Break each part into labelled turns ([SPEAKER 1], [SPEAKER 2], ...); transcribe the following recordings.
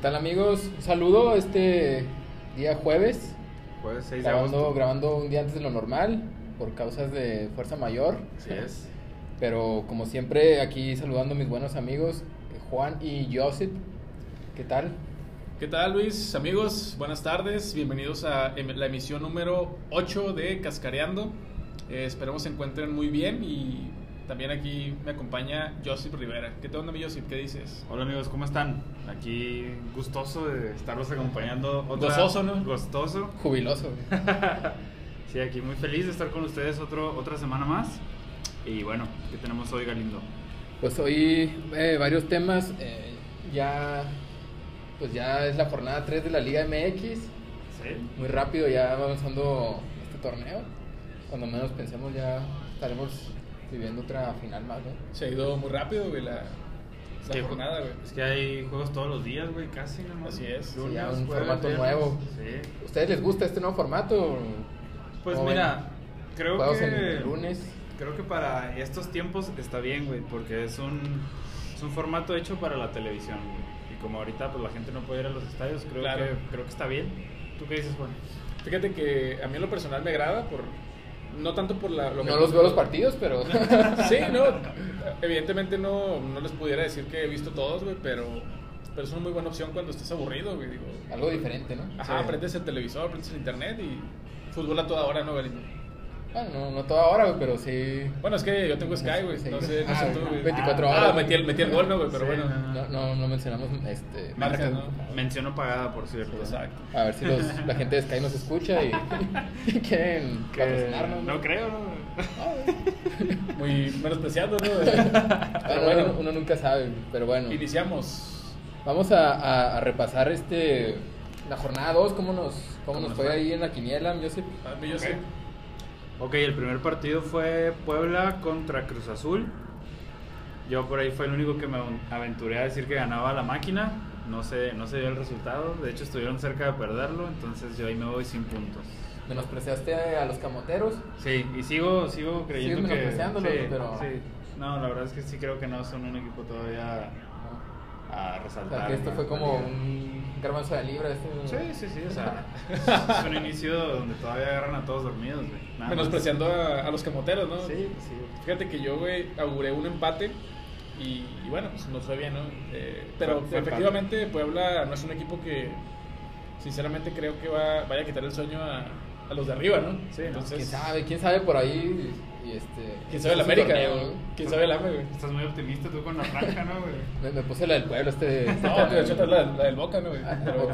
[SPEAKER 1] tal amigos? Un saludo este día jueves.
[SPEAKER 2] Jueves 6 de
[SPEAKER 1] Grabando,
[SPEAKER 2] agosto.
[SPEAKER 1] grabando un día antes de lo normal por causas de fuerza mayor.
[SPEAKER 2] Así es.
[SPEAKER 1] Pero como siempre aquí saludando a mis buenos amigos eh, Juan y Joseph. ¿Qué tal?
[SPEAKER 3] ¿Qué tal Luis? Amigos, buenas tardes. Bienvenidos a em- la emisión número 8 de Cascareando. Eh, esperemos se encuentren muy bien y también aquí me acompaña Josip Rivera. ¿Qué tal, onda, mi Josip? ¿Qué dices?
[SPEAKER 2] Hola amigos, ¿cómo están? Aquí gustoso de estarlos acompañando. otra-
[SPEAKER 3] Gozoso, ¿no?
[SPEAKER 2] Gustoso.
[SPEAKER 1] Jubiloso. güey.
[SPEAKER 2] Sí, aquí muy feliz de estar con ustedes otro, otra semana más. Y bueno, ¿qué tenemos hoy, Galindo?
[SPEAKER 1] Pues hoy eh, varios temas. eh, ya pues ya es la jornada 3 de la Liga MX.
[SPEAKER 2] Sí.
[SPEAKER 1] Muy rápido ya va avanzando este torneo. Cuando menos pensemos ya estaremos viviendo otra final más, ¿no?
[SPEAKER 3] Se ha ido muy rápido, güey, la,
[SPEAKER 2] Es
[SPEAKER 3] la
[SPEAKER 2] que-
[SPEAKER 3] jornada, güey.
[SPEAKER 2] Es que hay juegos todos los días, güey, casi, ¿no?
[SPEAKER 3] Así es.
[SPEAKER 1] Sí, ya un
[SPEAKER 2] jueves,
[SPEAKER 1] formato
[SPEAKER 2] viernes.
[SPEAKER 1] nuevo.
[SPEAKER 2] Sí.
[SPEAKER 1] ¿Ustedes les gusta este nuevo formato?
[SPEAKER 2] Pues
[SPEAKER 1] ¿Cómo
[SPEAKER 2] mira,
[SPEAKER 1] ven?
[SPEAKER 2] creo
[SPEAKER 1] juegos
[SPEAKER 2] que...
[SPEAKER 1] en el lunes.
[SPEAKER 2] Creo que para estos tiempos está bien, güey, porque es un, es un formato hecho para la televisión, güey. Y como ahorita pues la gente no puede ir a los estadios, creo,
[SPEAKER 3] Claro.
[SPEAKER 2] que, creo que está bien. ¿Tú qué dices, Juan?
[SPEAKER 3] Fíjate que a mí en lo personal me agrada por... No tanto por la... lo que-
[SPEAKER 1] No los veo los partidos, pero
[SPEAKER 3] Sí, no. Evidentemente no, no les pudiera decir que he visto todos, güey, pero, pero es una muy buena opción cuando estás aburrido, güey. Digo,
[SPEAKER 1] algo diferente, ¿no?
[SPEAKER 3] Ajá,
[SPEAKER 2] Sí.
[SPEAKER 3] prendes el televisor, prendes el internet y fútbol a toda hora, ¿no, Galindo?
[SPEAKER 1] Bueno, no, no toda hora, güey, pero sí.
[SPEAKER 3] Bueno, es que yo tengo Sky, güey, no sé, no sé tú, güey.
[SPEAKER 1] 24
[SPEAKER 3] Ah,
[SPEAKER 1] horas.
[SPEAKER 3] metí el, metí el gol, ¿no, güey? Pero
[SPEAKER 2] Sí,
[SPEAKER 3] bueno,
[SPEAKER 2] no,
[SPEAKER 1] No, no, no mencionamos este.
[SPEAKER 3] marca, ¿no?
[SPEAKER 2] Menciono pagada, por cierto.
[SPEAKER 3] Exacto.
[SPEAKER 1] A ver si los- la gente de Sky nos escucha y, y quieren
[SPEAKER 2] Que-
[SPEAKER 1] patrocinarnos.
[SPEAKER 2] No creo, ¿no?
[SPEAKER 3] Muy menospreciado, ¿no?
[SPEAKER 1] Ah,
[SPEAKER 3] Pero
[SPEAKER 1] no,
[SPEAKER 3] bueno,
[SPEAKER 1] uno, uno nunca sabe, pero bueno.
[SPEAKER 3] iniciamos.
[SPEAKER 1] Vamos a, a- a repasar este la jornada 2, cómo nos, cómo nos
[SPEAKER 2] nos
[SPEAKER 1] fue
[SPEAKER 2] fue?
[SPEAKER 1] ahí en la quiniela, Josep.
[SPEAKER 3] A mí Ah, yo
[SPEAKER 2] Ok.
[SPEAKER 3] sé.
[SPEAKER 2] Ok, el primer partido fue Puebla contra Cruz Azul. Yo por ahí fue el único que me aventuré a decir que ganaba la máquina. No se, no se dio el resultado. De hecho, estuvieron cerca de perderlo. Entonces, yo ahí me voy sin puntos.
[SPEAKER 1] Menospreciaste a los camoteros.
[SPEAKER 2] Sí, y sigo, sigo creyendo que.
[SPEAKER 1] menospreciándolos,
[SPEAKER 2] sí,
[SPEAKER 1] pero-
[SPEAKER 2] sí. No, la verdad es que sí creo que no son un equipo todavía a
[SPEAKER 1] O
[SPEAKER 2] resaltar.
[SPEAKER 1] sea, que esto
[SPEAKER 2] ¿no?
[SPEAKER 1] fue como un garbanzo de libra.
[SPEAKER 2] Sí,
[SPEAKER 1] Este...
[SPEAKER 2] sí, sí, o sea, es un inicio donde todavía agarran a todos dormidos, güey. nada más.
[SPEAKER 3] Menospreciando a, a los camoteros, ¿no?
[SPEAKER 2] Sí, pues sí.
[SPEAKER 3] Fíjate que yo, güey, auguré un empate y, y bueno, pues no fue bien, ¿no? Eh, pero
[SPEAKER 2] Fue- fue
[SPEAKER 3] efectivamente Puebla no es un equipo que, sinceramente, creo que va, vaya a quitar el sueño a, a los de arriba, ¿no?
[SPEAKER 2] Sí, ¿no?
[SPEAKER 3] entonces...
[SPEAKER 1] ¿Quién sabe? ¿Quién sabe por ahí? Y, y este,
[SPEAKER 3] ¿Quién sabe el
[SPEAKER 1] este
[SPEAKER 3] América?
[SPEAKER 1] torneo,
[SPEAKER 3] güey? ¿Quién sabe el AME, güey?
[SPEAKER 2] Estás muy optimista tú con la franja, ¿no, güey?
[SPEAKER 1] Me, me puse la del pueblo este. este
[SPEAKER 3] No,
[SPEAKER 1] torneo.
[SPEAKER 3] de hecho, la, la del Boca, ¿no, güey?
[SPEAKER 1] Ah,
[SPEAKER 3] Pero
[SPEAKER 1] ok.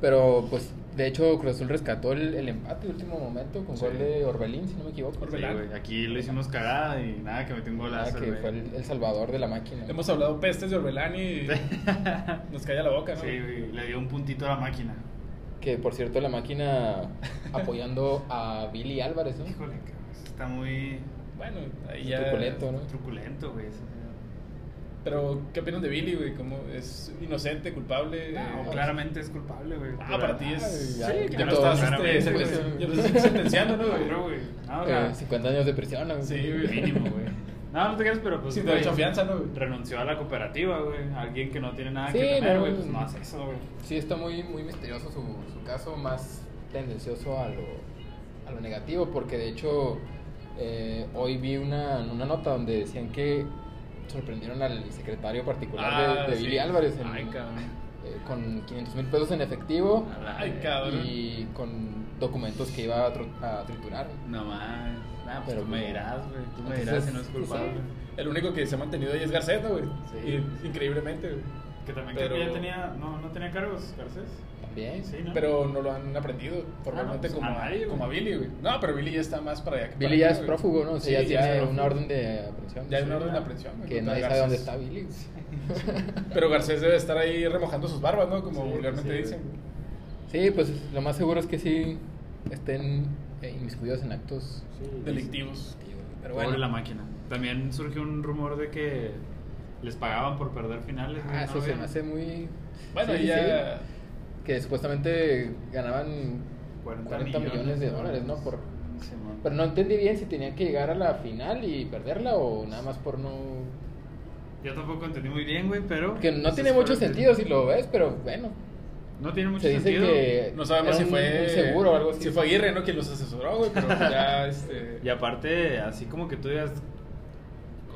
[SPEAKER 1] Pero pues, de hecho, Cruz Azul rescató el, el empate de último momento con
[SPEAKER 2] Sí.
[SPEAKER 1] gol de Orbelín, si no me equivoco.
[SPEAKER 3] Orbelín.
[SPEAKER 2] Sí, güey, aquí lo hicimos cagada y nada, que metí un
[SPEAKER 1] Ah,
[SPEAKER 2] golazo,
[SPEAKER 1] que
[SPEAKER 2] güey.
[SPEAKER 1] fue el, el salvador de la máquina.
[SPEAKER 3] Hemos hablado pestes de Orbelán y nos calla la boca, ¿no?
[SPEAKER 2] Sí, güey, le dio un puntito a la máquina.
[SPEAKER 1] Que por cierto, la máquina apoyando a Billy Álvarez, ¿no?
[SPEAKER 2] Híjole, cabrón, está muy
[SPEAKER 3] Bueno, ahí ya...
[SPEAKER 1] Truculento, ¿no?
[SPEAKER 2] truculento, güey. ese pedo.
[SPEAKER 3] Pero, ¿qué opinan de Billy, güey? ¿Cómo es inocente, culpable?
[SPEAKER 2] No,
[SPEAKER 3] Eh,
[SPEAKER 2] claramente es culpable, güey.
[SPEAKER 3] Ah, para ti es.
[SPEAKER 1] Ah, Ay, ya,
[SPEAKER 3] sí,
[SPEAKER 1] ya
[SPEAKER 3] ya lo
[SPEAKER 1] todo,
[SPEAKER 3] estás
[SPEAKER 2] claramente,
[SPEAKER 3] este,
[SPEAKER 1] pues,
[SPEAKER 3] ya lo estás sentenciando, ¿no, güey?
[SPEAKER 2] Claro, güey. No, o
[SPEAKER 1] Eh,
[SPEAKER 2] sea,
[SPEAKER 1] 50 años de prisión, ¿no?
[SPEAKER 3] Ah, Sí, güey.
[SPEAKER 2] mínimo, güey. No, no te creas, pero pues.
[SPEAKER 3] Sin
[SPEAKER 2] güey,
[SPEAKER 3] derecho a fianza, ¿no, güey?
[SPEAKER 2] Renunció a la cooperativa, güey. Alguien que no tiene nada
[SPEAKER 1] Sí,
[SPEAKER 2] que temer,
[SPEAKER 1] no,
[SPEAKER 2] güey,
[SPEAKER 1] no,
[SPEAKER 2] pues
[SPEAKER 1] no.
[SPEAKER 2] no hace eso, güey.
[SPEAKER 1] Sí, está muy, muy misterioso su, su caso, más tendencioso a lo, a lo negativo, porque de hecho eh, hoy vi una, una nota donde decían que sorprendieron al secretario particular de-
[SPEAKER 3] Ah,
[SPEAKER 1] de,
[SPEAKER 3] sí.
[SPEAKER 1] Billy Álvarez en-
[SPEAKER 3] Ay, cabrón.
[SPEAKER 1] eh, con 500 mil pesos en efectivo
[SPEAKER 3] Ay, cabrón.
[SPEAKER 1] y con documentos que iba a, tru- a triturar.
[SPEAKER 2] No más. Nah, pues
[SPEAKER 1] Pero
[SPEAKER 2] tú me
[SPEAKER 1] como-
[SPEAKER 2] dirás, güey. Tú me
[SPEAKER 1] Entonces,
[SPEAKER 2] dirás si no es
[SPEAKER 1] pues,
[SPEAKER 2] culpable.
[SPEAKER 3] El único que se ha mantenido ahí es Garcés, ¿no, güey?
[SPEAKER 2] Sí.
[SPEAKER 3] Y- increíblemente, güey.
[SPEAKER 2] Que también
[SPEAKER 3] Pero-
[SPEAKER 2] creo que ya tenía. No, no tenía cargos, Garcés.
[SPEAKER 1] También.
[SPEAKER 2] Sí, ¿no?
[SPEAKER 3] Pero no Ah, lo han aprendido formalmente
[SPEAKER 2] pues,
[SPEAKER 3] como,
[SPEAKER 2] a nadie, güey.
[SPEAKER 3] como a Billy, güey. No, pero Billy ya está más para allá. que para
[SPEAKER 1] Billy ya
[SPEAKER 3] acá,
[SPEAKER 1] es
[SPEAKER 3] güey.
[SPEAKER 1] prófugo, ¿no? O sea,
[SPEAKER 3] Sí,
[SPEAKER 1] ya, tiene
[SPEAKER 3] es
[SPEAKER 1] una
[SPEAKER 3] prófugo.
[SPEAKER 1] orden de aprehensión.
[SPEAKER 3] Ya hay
[SPEAKER 1] Sí.
[SPEAKER 3] una orden de
[SPEAKER 2] ¿no?
[SPEAKER 3] aprehensión. güey,
[SPEAKER 1] Que
[SPEAKER 3] contra
[SPEAKER 1] nadie sabe
[SPEAKER 3] Garcés.
[SPEAKER 1] dónde está Billy.
[SPEAKER 3] Pero Garcés debe estar ahí remojando sus barbas, ¿no? Como
[SPEAKER 2] Sí,
[SPEAKER 3] vulgarmente
[SPEAKER 2] sí,
[SPEAKER 3] dicen.
[SPEAKER 2] güey.
[SPEAKER 1] Sí, pues lo más seguro es que sí estén eh, inmiscuidos en actos
[SPEAKER 3] Delictivos.
[SPEAKER 1] Pero
[SPEAKER 2] Pobre
[SPEAKER 1] bueno.
[SPEAKER 2] la máquina. También surgió un rumor de que les pagaban por perder finales. güey,
[SPEAKER 1] Ah,
[SPEAKER 2] ¿no
[SPEAKER 1] eso se
[SPEAKER 2] vieron?
[SPEAKER 1] me hace muy.
[SPEAKER 3] Bueno,
[SPEAKER 1] Sí,
[SPEAKER 3] y ya.
[SPEAKER 1] sí. Que supuestamente ganaban
[SPEAKER 2] 40,
[SPEAKER 1] 40 millones de dólares, ¿no? Por...
[SPEAKER 2] Sí, man.
[SPEAKER 1] Pero no entendí bien si tenían que llegar a la final y perderla o nada más por no.
[SPEAKER 2] Yo tampoco entendí muy bien, güey, pero.
[SPEAKER 1] Que no
[SPEAKER 2] pues,
[SPEAKER 1] tiene
[SPEAKER 2] es
[SPEAKER 1] mucho
[SPEAKER 2] correcto.
[SPEAKER 1] sentido si lo ves, pero bueno.
[SPEAKER 2] No tiene mucho
[SPEAKER 1] Se dice
[SPEAKER 2] sentido.
[SPEAKER 1] que-
[SPEAKER 3] eh, No sabemos
[SPEAKER 1] Era
[SPEAKER 3] si
[SPEAKER 1] un
[SPEAKER 3] fue.
[SPEAKER 1] seguro o algo así.
[SPEAKER 3] Si fue Aguirre, ¿no? Quien los asesoró, güey. Pero ya, este.
[SPEAKER 2] Y aparte, así como que tú digas.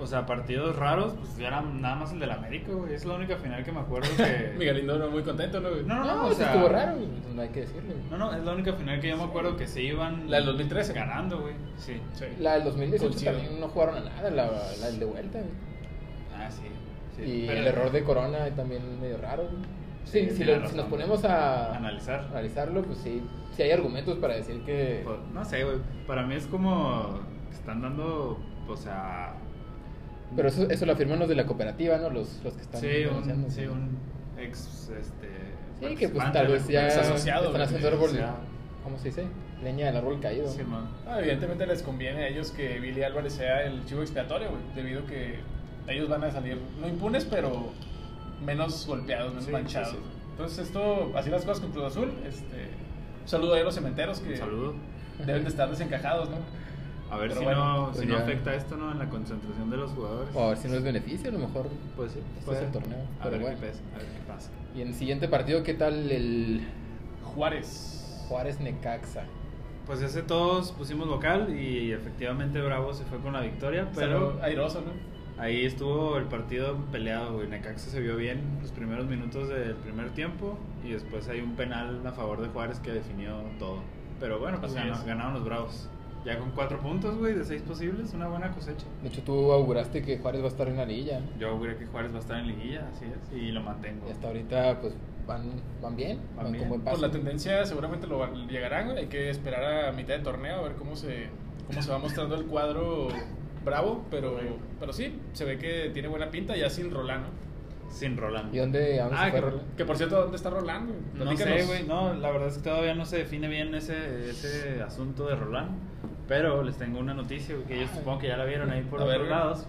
[SPEAKER 2] O sea, partidos raros, pues ya era nada más el del América, güey. Es la única final que me acuerdo que.
[SPEAKER 3] Miguel Lindoro muy contento, ¿no? güey?
[SPEAKER 2] No,
[SPEAKER 1] No,
[SPEAKER 2] no, no, o
[SPEAKER 1] pues
[SPEAKER 2] sea.
[SPEAKER 1] estuvo raro, no hay que decirlo.
[SPEAKER 2] No, no, es la única final que yo me acuerdo que se iban.
[SPEAKER 3] La del 2013.
[SPEAKER 2] Ganando, güey. Sí.
[SPEAKER 3] Sí.
[SPEAKER 1] La del 2018
[SPEAKER 3] Coincido.
[SPEAKER 1] también no jugaron a nada, la, la del de vuelta. güey.
[SPEAKER 2] Ah, sí. sí.
[SPEAKER 1] Y
[SPEAKER 2] Pero-
[SPEAKER 1] el error de Corona también medio raro. güey. Sí,
[SPEAKER 2] Sí,
[SPEAKER 1] si,
[SPEAKER 2] tiene
[SPEAKER 1] lo- si
[SPEAKER 2] razón.
[SPEAKER 1] nos ponemos a
[SPEAKER 2] Analizar.
[SPEAKER 1] analizarlo, pues sí, sí hay argumentos para decir que...
[SPEAKER 2] Pues, no sé, güey. Para mí es como. que Están dando. O sea.
[SPEAKER 1] Pero eso, eso lo afirman los de la cooperativa, ¿no? Los, los que están...
[SPEAKER 2] sí,
[SPEAKER 1] negociando,
[SPEAKER 2] un, sí,
[SPEAKER 1] ¿no?
[SPEAKER 2] un ex. Este,
[SPEAKER 1] Sí, que pues
[SPEAKER 2] participante
[SPEAKER 1] tal
[SPEAKER 2] de la
[SPEAKER 1] vez ya
[SPEAKER 2] Copa.
[SPEAKER 3] asociado,
[SPEAKER 1] están
[SPEAKER 3] güey,
[SPEAKER 1] haciendo árbol,
[SPEAKER 2] asociado.
[SPEAKER 1] ¿cómo se dice? Leña del árbol caído.
[SPEAKER 2] Sí, man.
[SPEAKER 3] No, evidentemente les conviene a ellos que Billy Álvarez sea el chivo expiatorio, güey, debido a que ellos van a salir no impunes, pero menos golpeados, menos
[SPEAKER 2] Sí,
[SPEAKER 3] manchados.
[SPEAKER 2] sí, sí.
[SPEAKER 3] Entonces esto, así las cosas con Cruz Azul, este, un saludo ahí a los cementeros que
[SPEAKER 2] Un saludo.
[SPEAKER 3] deben de estar desencajados, ¿no?
[SPEAKER 2] A ver
[SPEAKER 3] Pero
[SPEAKER 2] si,
[SPEAKER 3] bueno,
[SPEAKER 2] no,
[SPEAKER 1] pues
[SPEAKER 2] si no
[SPEAKER 1] ya. Oh,
[SPEAKER 2] afecta esto, ¿no? En la concentración de los jugadores.
[SPEAKER 1] O a ver si no es beneficio, a lo mejor.
[SPEAKER 2] Pues sí,
[SPEAKER 1] Este
[SPEAKER 2] puede
[SPEAKER 1] es el
[SPEAKER 2] ser.
[SPEAKER 1] torneo,
[SPEAKER 2] A
[SPEAKER 1] pero
[SPEAKER 2] ver,
[SPEAKER 1] bueno.
[SPEAKER 2] qué pasa, a ver qué pasa.
[SPEAKER 1] Y en el siguiente partido, ¿qué tal el
[SPEAKER 3] Juárez.
[SPEAKER 1] Juárez Necaxa?
[SPEAKER 2] Pues ese todos pusimos local y efectivamente Bravo se fue con la victoria, pero
[SPEAKER 3] Pero airoso, ¿no?
[SPEAKER 2] ahí estuvo el partido peleado, güey. Necaxa se vio bien los primeros minutos del primer tiempo y después hay un penal a favor de Juárez que definió todo. Pero bueno, pues
[SPEAKER 3] Así
[SPEAKER 2] ganó-
[SPEAKER 3] es.
[SPEAKER 2] ganaron los Bravos. Ya con cuatro puntos, güey, de seis posibles, una buena cosecha.
[SPEAKER 1] De hecho, tú auguraste que Juárez va a estar en la liguilla.
[SPEAKER 2] Yo auguré que Juárez va a estar en liguilla, así es, y lo mantengo.
[SPEAKER 1] Y hasta ahorita, pues, van, van bien.
[SPEAKER 2] Van
[SPEAKER 1] Van,
[SPEAKER 2] bien.
[SPEAKER 1] con buen
[SPEAKER 3] Pues
[SPEAKER 1] paso.
[SPEAKER 3] la tendencia seguramente lo va- llegará, güey, hay que esperar a mitad de torneo a ver cómo se, cómo se va mostrando el cuadro bravo, pero, pero sí, se ve que tiene buena pinta ya sin Rolando.
[SPEAKER 2] Sin Rolando.
[SPEAKER 1] ¿Y dónde, a dónde
[SPEAKER 2] Ah,
[SPEAKER 1] se fue
[SPEAKER 2] que-
[SPEAKER 1] Roland?
[SPEAKER 3] Que por cierto, ¿dónde está Rolando?
[SPEAKER 2] No sé, güey. No, la verdad es que todavía no se define bien ese, ese asunto de Roland. Pero les tengo una noticia güey, que yo supongo que ya la vieron ahí por
[SPEAKER 3] A ver,
[SPEAKER 2] otros
[SPEAKER 3] güey.
[SPEAKER 2] lados.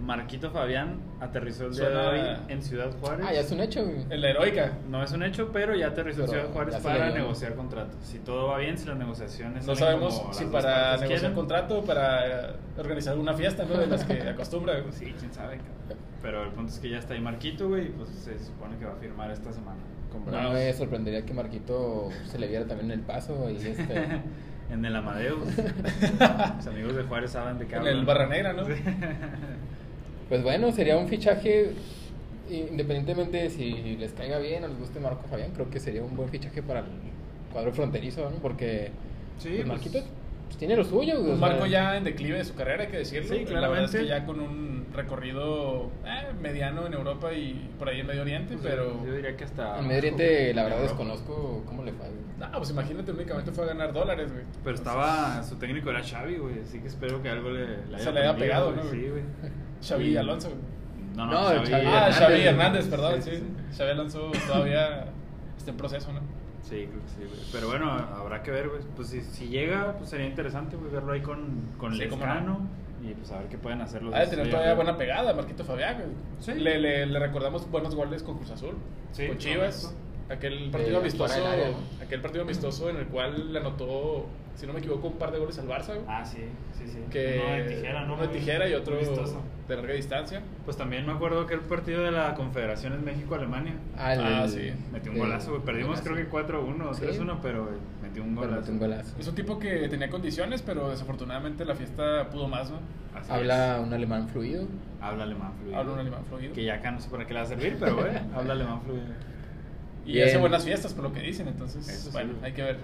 [SPEAKER 2] Marquito Fabián aterrizó el día de
[SPEAKER 3] Suena-
[SPEAKER 2] hoy en Ciudad Juárez.
[SPEAKER 1] Ah, ya es un hecho. güey.
[SPEAKER 3] En la heroica.
[SPEAKER 2] No es un hecho, pero ya aterrizó en
[SPEAKER 1] Pero
[SPEAKER 2] Ciudad Juárez
[SPEAKER 1] ya se
[SPEAKER 2] para
[SPEAKER 1] le dio.
[SPEAKER 2] negociar contratos. Si todo va bien, si las negociaciones
[SPEAKER 3] No
[SPEAKER 2] salen
[SPEAKER 3] sabemos
[SPEAKER 2] como
[SPEAKER 3] si
[SPEAKER 2] las dos
[SPEAKER 3] para
[SPEAKER 2] partes
[SPEAKER 3] negociar
[SPEAKER 2] quieren.
[SPEAKER 3] un contrato o para eh, organizar una fiesta, ¿no? De las que acostumbra. güey.
[SPEAKER 2] Sí, quién sabe. cabrón. Pero el punto es que ya está ahí Marquito, güey, y pues se supone que va a firmar esta semana. con
[SPEAKER 1] No
[SPEAKER 2] Bravos.
[SPEAKER 1] me sorprendería que Marquito se le viera también en el paso. Y este,
[SPEAKER 2] en el Amadeus. Mis amigos de Juárez saben de qué
[SPEAKER 3] En
[SPEAKER 2] hablan.
[SPEAKER 3] el Barra Negra, ¿no?
[SPEAKER 2] Sí.
[SPEAKER 1] pues bueno, sería un fichaje. Independientemente de si les caiga bien o les guste Marco Fabián, creo que sería un buen fichaje para el cuadro fronterizo, ¿no? Porque
[SPEAKER 2] Sí,
[SPEAKER 1] pues,
[SPEAKER 2] pues,
[SPEAKER 1] Marquito pues, tiene lo suyo. güey, o
[SPEAKER 3] Un
[SPEAKER 1] sea,
[SPEAKER 3] marco ya en declive de su carrera, hay que decirlo.
[SPEAKER 2] Sí,
[SPEAKER 3] La verdad es que
[SPEAKER 2] claramente.
[SPEAKER 3] ya con un recorrido eh, mediano en Europa y por ahí en Medio Oriente,
[SPEAKER 2] pues,
[SPEAKER 3] pero...
[SPEAKER 2] Yo diría que hasta.
[SPEAKER 1] En Medio Oriente, la verdad,
[SPEAKER 2] Europa.
[SPEAKER 1] desconozco cómo le fue. güey.
[SPEAKER 3] No, pues imagínate, únicamente fue a ganar dólares, güey.
[SPEAKER 2] Pero estaba. Su técnico era Xavi, güey. Así que espero que algo le, haya
[SPEAKER 3] Se le haya
[SPEAKER 2] aprendido,
[SPEAKER 3] pegado, ¿no, güey?
[SPEAKER 2] Sí, güey.
[SPEAKER 3] Xavi Alonso. güey.
[SPEAKER 2] No, no,
[SPEAKER 1] No,
[SPEAKER 2] Xavi.
[SPEAKER 1] Xavi
[SPEAKER 3] Ah,
[SPEAKER 1] Hernández.
[SPEAKER 3] Xavi Hernández, perdón,
[SPEAKER 2] Sí,
[SPEAKER 3] sí.
[SPEAKER 2] sí,
[SPEAKER 3] Xavi Alonso todavía está en proceso, ¿no?
[SPEAKER 2] Sí, creo que sí, güey. Pero bueno, habrá que ver, güey. Pues si, si llega, pues sería interesante, güey, verlo ahí con, con
[SPEAKER 3] Sí, cómo no.
[SPEAKER 2] Lescano. Y pues a ver qué pueden hacer los
[SPEAKER 3] Ha de
[SPEAKER 2] dos.
[SPEAKER 3] tener
[SPEAKER 2] Sí,
[SPEAKER 3] todavía
[SPEAKER 2] güey.
[SPEAKER 3] buena pegada, Marquito Fabián, güey.
[SPEAKER 2] Sí.
[SPEAKER 3] Le, le, le recordamos buenos goles con Cruz Azul,
[SPEAKER 2] Sí,
[SPEAKER 3] con Chivas.
[SPEAKER 2] correcto.
[SPEAKER 3] Aquel
[SPEAKER 1] Eh,
[SPEAKER 3] partido amistoso,
[SPEAKER 1] fuera del área.
[SPEAKER 3] aquel partido amistoso en el cual le anotó, si no me equivoco, un par de goles al Barça, güey.
[SPEAKER 2] Ah, sí, sí, sí.
[SPEAKER 3] que
[SPEAKER 2] uno de tijera, ¿no?
[SPEAKER 3] Uno de tijera y otro
[SPEAKER 2] Vistoso.
[SPEAKER 3] de larga distancia.
[SPEAKER 2] Pues también me acuerdo que el partido de la Confederación es México-Alemania.
[SPEAKER 1] Al-
[SPEAKER 3] Ah, sí.
[SPEAKER 2] Metió un
[SPEAKER 1] del-
[SPEAKER 2] golazo, güey. Perdimos
[SPEAKER 1] golazo.
[SPEAKER 2] creo que 4-1 o
[SPEAKER 1] Sí.
[SPEAKER 2] 3-1, pero güey, metió un
[SPEAKER 1] Pero
[SPEAKER 2] golazo.
[SPEAKER 1] metió un golazo.
[SPEAKER 3] Es un tipo que tenía condiciones, pero desafortunadamente la fiesta pudo más, ¿no?
[SPEAKER 2] Así
[SPEAKER 1] Habla un alemán fluido.
[SPEAKER 2] es. Habla alemán fluido.
[SPEAKER 3] Habla un alemán fluido.
[SPEAKER 2] Que ya acá no sé para qué le va a servir, pero güey, habla alemán fluido.
[SPEAKER 3] Y
[SPEAKER 1] Bien.
[SPEAKER 3] hace buenas fiestas, por lo que dicen, entonces,
[SPEAKER 2] Eso sí,
[SPEAKER 3] bueno,
[SPEAKER 2] güey.
[SPEAKER 3] hay que ver.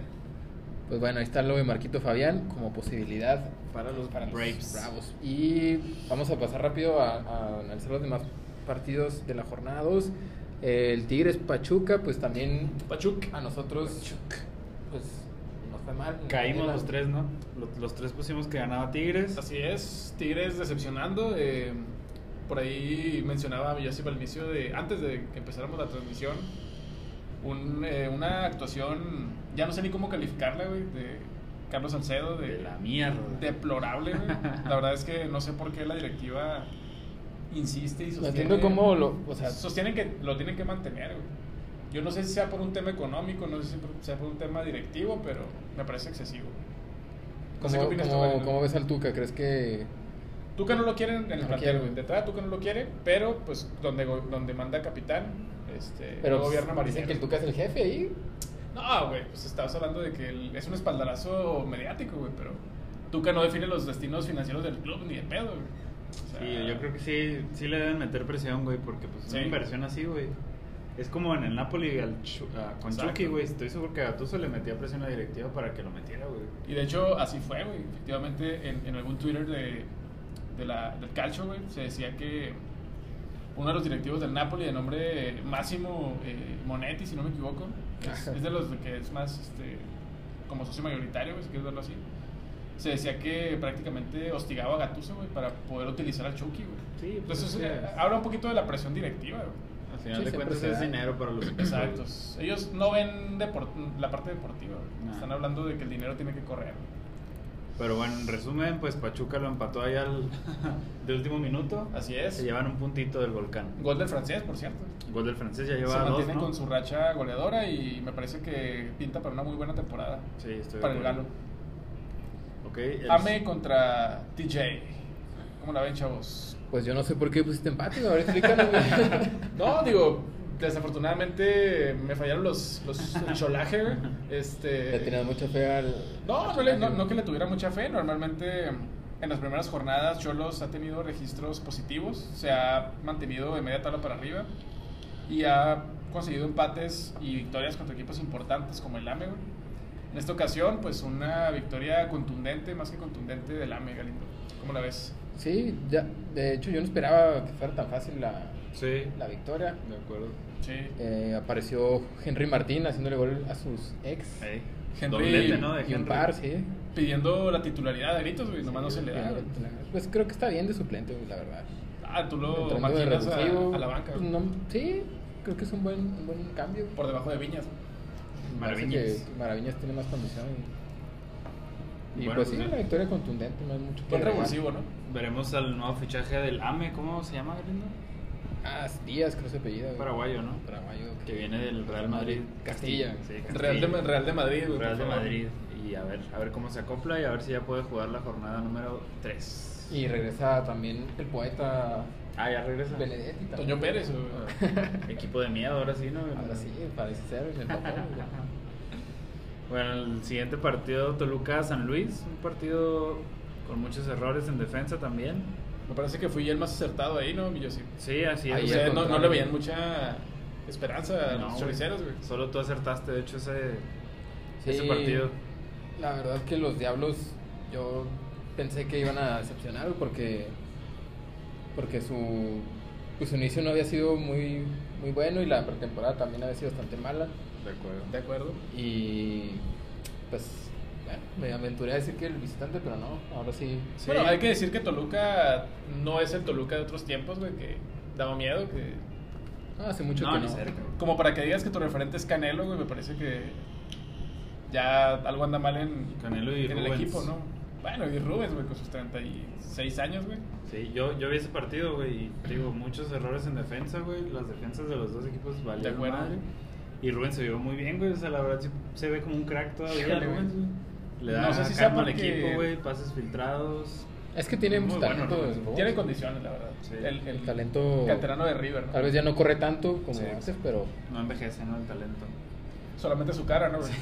[SPEAKER 1] Pues bueno, ahí está lo de Marquito Fabián como posibilidad
[SPEAKER 2] Para los
[SPEAKER 1] para los
[SPEAKER 2] Braves.
[SPEAKER 1] Bravos. Pues, Y vamos a pasar rápido a, a analizar los demás partidos de la jornada 2. El Tigres Pachuca, pues también
[SPEAKER 3] Pachuc.
[SPEAKER 1] a nosotros pues nos fue mal.
[SPEAKER 2] Caímos
[SPEAKER 1] La-
[SPEAKER 2] los tres, ¿no? Los, los tres pusimos que ganaba Tigres.
[SPEAKER 3] Así es, Tigres decepcionando. eh, por ahí mencionaba yo siempre al inicio de, antes de que empezáramos la transmisión, un, eh, una actuación, ya no sé ni cómo calificarla, güey, de Carlos Salcedo, de,
[SPEAKER 2] De la mierda.
[SPEAKER 3] deplorable, güey. La verdad es que no sé por qué la directiva insiste y
[SPEAKER 1] No
[SPEAKER 3] sostiene.
[SPEAKER 1] entiendo cómo lo... O sea,
[SPEAKER 3] sostienen que lo tienen que mantener, güey. Yo no sé si sea por un tema económico, no sé si por- sea por un tema directivo, pero me parece excesivo. No sé
[SPEAKER 1] ¿Cómo,
[SPEAKER 3] qué opinas tú,
[SPEAKER 1] cómo-
[SPEAKER 3] Mariano.
[SPEAKER 1] cómo ves al Tuca? ¿Crees que
[SPEAKER 3] Tuca no lo quieren en el
[SPEAKER 1] No lo
[SPEAKER 3] plantel,
[SPEAKER 1] quieren.
[SPEAKER 3] güey. De entrada Tuca no lo quiere, pero pues donde, go- donde manda capitán, este,
[SPEAKER 1] Pero pues,
[SPEAKER 3] no gobierna
[SPEAKER 1] dicen
[SPEAKER 3] Marinero.
[SPEAKER 1] que el Tuca es el jefe ahí.
[SPEAKER 3] No, güey, pues estabas hablando de que el- es un espaldarazo mediático, güey, pero Tuca no define los destinos financieros del club ni de pedo, güey. O sea,
[SPEAKER 2] Sí, yo creo que sí, sí le deben meter presión, güey, porque pues es una
[SPEAKER 3] Sí.
[SPEAKER 2] inversión así, güey. Es como en el Napoli al Chu- a- con
[SPEAKER 3] Exacto.
[SPEAKER 2] Chucky, güey. Estoy seguro que a Gattuso le metía presión a la directiva para que lo metiera, güey.
[SPEAKER 3] Y de hecho, así fue, güey. Efectivamente, en, en algún Twitter de, de la, del calcio, güey, se decía que uno de los directivos del Napoli, de nombre Máximo eh, Monetti, si no me equivoco, es, es de los que es más este, como socio mayoritario, güey, si quieres verlo así. Se decía que prácticamente hostigaba a Gattuso, güey, para poder utilizar al Chucky, güey.
[SPEAKER 2] Sí, pues,
[SPEAKER 3] Entonces,
[SPEAKER 2] es que-
[SPEAKER 3] eh, habla un poquito de la presión directiva, güey.
[SPEAKER 2] Al final
[SPEAKER 1] Sí,
[SPEAKER 2] de
[SPEAKER 1] siempre
[SPEAKER 2] cuentas
[SPEAKER 1] se
[SPEAKER 2] es
[SPEAKER 1] da.
[SPEAKER 2] dinero para los equipos, güey.
[SPEAKER 3] Exacto. Ellos no ven depor- la parte deportiva, güey.
[SPEAKER 2] No.
[SPEAKER 3] Están hablando de que el dinero tiene que correr, güey.
[SPEAKER 2] Pero bueno, en resumen, pues Pachuca lo empató ahí al de último minuto.
[SPEAKER 3] Así es.
[SPEAKER 2] Se llevan un puntito del volcán.
[SPEAKER 3] Gol del francés, por cierto.
[SPEAKER 2] Gol del francés ya lleva
[SPEAKER 3] Se
[SPEAKER 2] dos,
[SPEAKER 3] mantiene
[SPEAKER 2] ¿no?
[SPEAKER 3] con su racha goleadora y me parece que pinta para una muy buena temporada.
[SPEAKER 2] Sí, estoy de
[SPEAKER 3] para el
[SPEAKER 2] acuerdo.
[SPEAKER 3] Galo.
[SPEAKER 2] Ok. el-
[SPEAKER 3] Ame contra TJ. ¿Cómo la ven, chavos?
[SPEAKER 1] Pues yo no sé por qué pusiste empate, güey, ahora explícanos. güey.
[SPEAKER 3] No, digo, desafortunadamente me fallaron los, los el cholaje. güey.
[SPEAKER 1] Le
[SPEAKER 3] Este,
[SPEAKER 1] tenías mucha fe al.
[SPEAKER 3] no,
[SPEAKER 1] al
[SPEAKER 3] no, le- no-
[SPEAKER 1] Tuca,
[SPEAKER 3] no que le tuviera mucha fe. Normalmente en las primeras jornadas Cholos ha tenido registros positivos. Se ha mantenido de media tabla para arriba. y ha conseguido empates y victorias contra equipos importantes como el AME. güey. En esta ocasión, pues una victoria contundente, más que contundente del AME, Galindo. ¿Cómo la ves?
[SPEAKER 1] Sí, ya. De hecho, yo no esperaba que fuera tan fácil la,
[SPEAKER 2] Sí,
[SPEAKER 1] la victoria.
[SPEAKER 2] de acuerdo.
[SPEAKER 3] Sí.
[SPEAKER 1] Eh, apareció Henry Martín haciéndole gol a sus ex.
[SPEAKER 2] Hey.
[SPEAKER 3] Henry-
[SPEAKER 2] Doblete, ¿no? De
[SPEAKER 1] y un
[SPEAKER 2] Henry.
[SPEAKER 1] par, sí.
[SPEAKER 3] Pidiendo la titularidad de gritos, güey, nomás no se le da. güey.
[SPEAKER 1] Pues creo que está bien de suplente, güey, la verdad.
[SPEAKER 3] Ah, tú lo
[SPEAKER 1] Entrando de
[SPEAKER 3] marginas a,
[SPEAKER 1] revulsivo,
[SPEAKER 3] a la banca,
[SPEAKER 1] pues,
[SPEAKER 3] güey.
[SPEAKER 1] no- sí, creo que es un buen, un buen cambio.
[SPEAKER 3] por debajo de Viñas.
[SPEAKER 1] Parece
[SPEAKER 2] Maravillas.
[SPEAKER 1] que Maravillas tiene más condición. Y, y
[SPEAKER 2] Bueno,
[SPEAKER 1] pues
[SPEAKER 2] pues,
[SPEAKER 1] sí,
[SPEAKER 2] eh.
[SPEAKER 1] una victoria contundente, no hay mucho que
[SPEAKER 3] Buen
[SPEAKER 1] agregar.
[SPEAKER 3] revulsivo, ¿no?
[SPEAKER 2] Veremos al nuevo fichaje del AME, ¿cómo se llama, Galindo?
[SPEAKER 1] Ah, Díaz, creo que se apellida. güey.
[SPEAKER 2] Paraguayo, ¿no?
[SPEAKER 1] Paraguayo.
[SPEAKER 2] Que viene del Real Madrid.
[SPEAKER 1] Castilla.
[SPEAKER 2] Sí, Castilla.
[SPEAKER 3] Real de, Real de Madrid, güey.
[SPEAKER 2] Real
[SPEAKER 3] por
[SPEAKER 2] de
[SPEAKER 3] favor.
[SPEAKER 2] Madrid. Y a ver, a ver cómo se acopla y a ver si ya puede jugar la jornada número 3.
[SPEAKER 1] Y regresa también el poeta
[SPEAKER 2] Ah, ya regresa.
[SPEAKER 1] Benedetti. también.
[SPEAKER 3] Toño Pérez, güey.
[SPEAKER 2] Equipo de miedo, ahora sí, ¿no?
[SPEAKER 1] Ahora sí, parece ser en el papel. güey.
[SPEAKER 2] Bueno, el siguiente partido, Toluca-San Luis. Un partido con muchos errores en defensa también.
[SPEAKER 3] Ah. Me parece que fui el más acertado ahí, ¿no? Y yo sí.
[SPEAKER 2] Sí, así
[SPEAKER 1] Ahí
[SPEAKER 2] es.
[SPEAKER 1] Y
[SPEAKER 3] O
[SPEAKER 1] al
[SPEAKER 3] sea, no, no
[SPEAKER 1] contrario.
[SPEAKER 3] le veían mucha esperanza a
[SPEAKER 2] No,
[SPEAKER 3] los
[SPEAKER 2] güey.
[SPEAKER 3] choriceros, güey.
[SPEAKER 2] Solo tú acertaste, de hecho, ese,
[SPEAKER 1] Sí.
[SPEAKER 2] ese partido.
[SPEAKER 1] La verdad que los Diablos yo pensé que iban a decepcionar güey, porque porque su pues, su inicio no había sido muy muy bueno y la pretemporada también había sido bastante mala
[SPEAKER 2] De acuerdo.
[SPEAKER 3] De acuerdo.
[SPEAKER 1] y pues bueno, me aventuré a decir que el visitante, pero no, ahora sí.
[SPEAKER 2] Sí.
[SPEAKER 3] Bueno, hay que decir que Toluca no es el Toluca de otros tiempos, güey, que daba miedo. Que...
[SPEAKER 1] No, hace mucho
[SPEAKER 2] No,
[SPEAKER 1] que
[SPEAKER 2] ni
[SPEAKER 1] no.
[SPEAKER 2] cerca.
[SPEAKER 3] Como para que digas que tu referente es Canelo, güey, me parece que ya algo anda mal en,
[SPEAKER 2] Canelo y
[SPEAKER 3] en el
[SPEAKER 2] Rubens.
[SPEAKER 3] equipo, ¿no? Bueno, y Rubens, güey, con sus 36 años, güey.
[SPEAKER 2] Sí, yo, yo vi ese partido, güey, y digo, muchos errores en defensa, güey. Las defensas de los dos equipos
[SPEAKER 3] De
[SPEAKER 2] valieron
[SPEAKER 3] acuerdo.
[SPEAKER 2] madre. Y Rubén se vio muy bien, güey. O sea, la verdad sí se ve como un crack todavía,
[SPEAKER 3] Híjole,
[SPEAKER 2] Rubens,
[SPEAKER 3] güey.
[SPEAKER 2] güey. Le da
[SPEAKER 3] No sé si sea
[SPEAKER 2] calma al
[SPEAKER 3] porque-
[SPEAKER 2] equipo, güey, pases filtrados.
[SPEAKER 1] Es que tiene
[SPEAKER 2] Muy
[SPEAKER 1] mucho
[SPEAKER 2] bueno,
[SPEAKER 1] talento.
[SPEAKER 2] ¿no?
[SPEAKER 1] de fútbol.
[SPEAKER 3] Tiene condiciones, la verdad.
[SPEAKER 2] Sí.
[SPEAKER 3] El,
[SPEAKER 1] Oh. El talento-
[SPEAKER 3] Canterano de River, ¿no?
[SPEAKER 1] Tal vez ya no corre tanto como
[SPEAKER 2] Sí.
[SPEAKER 1] antes, pero
[SPEAKER 2] No envejece, ¿no? El talento.
[SPEAKER 3] Solamente su cara, ¿no? güey?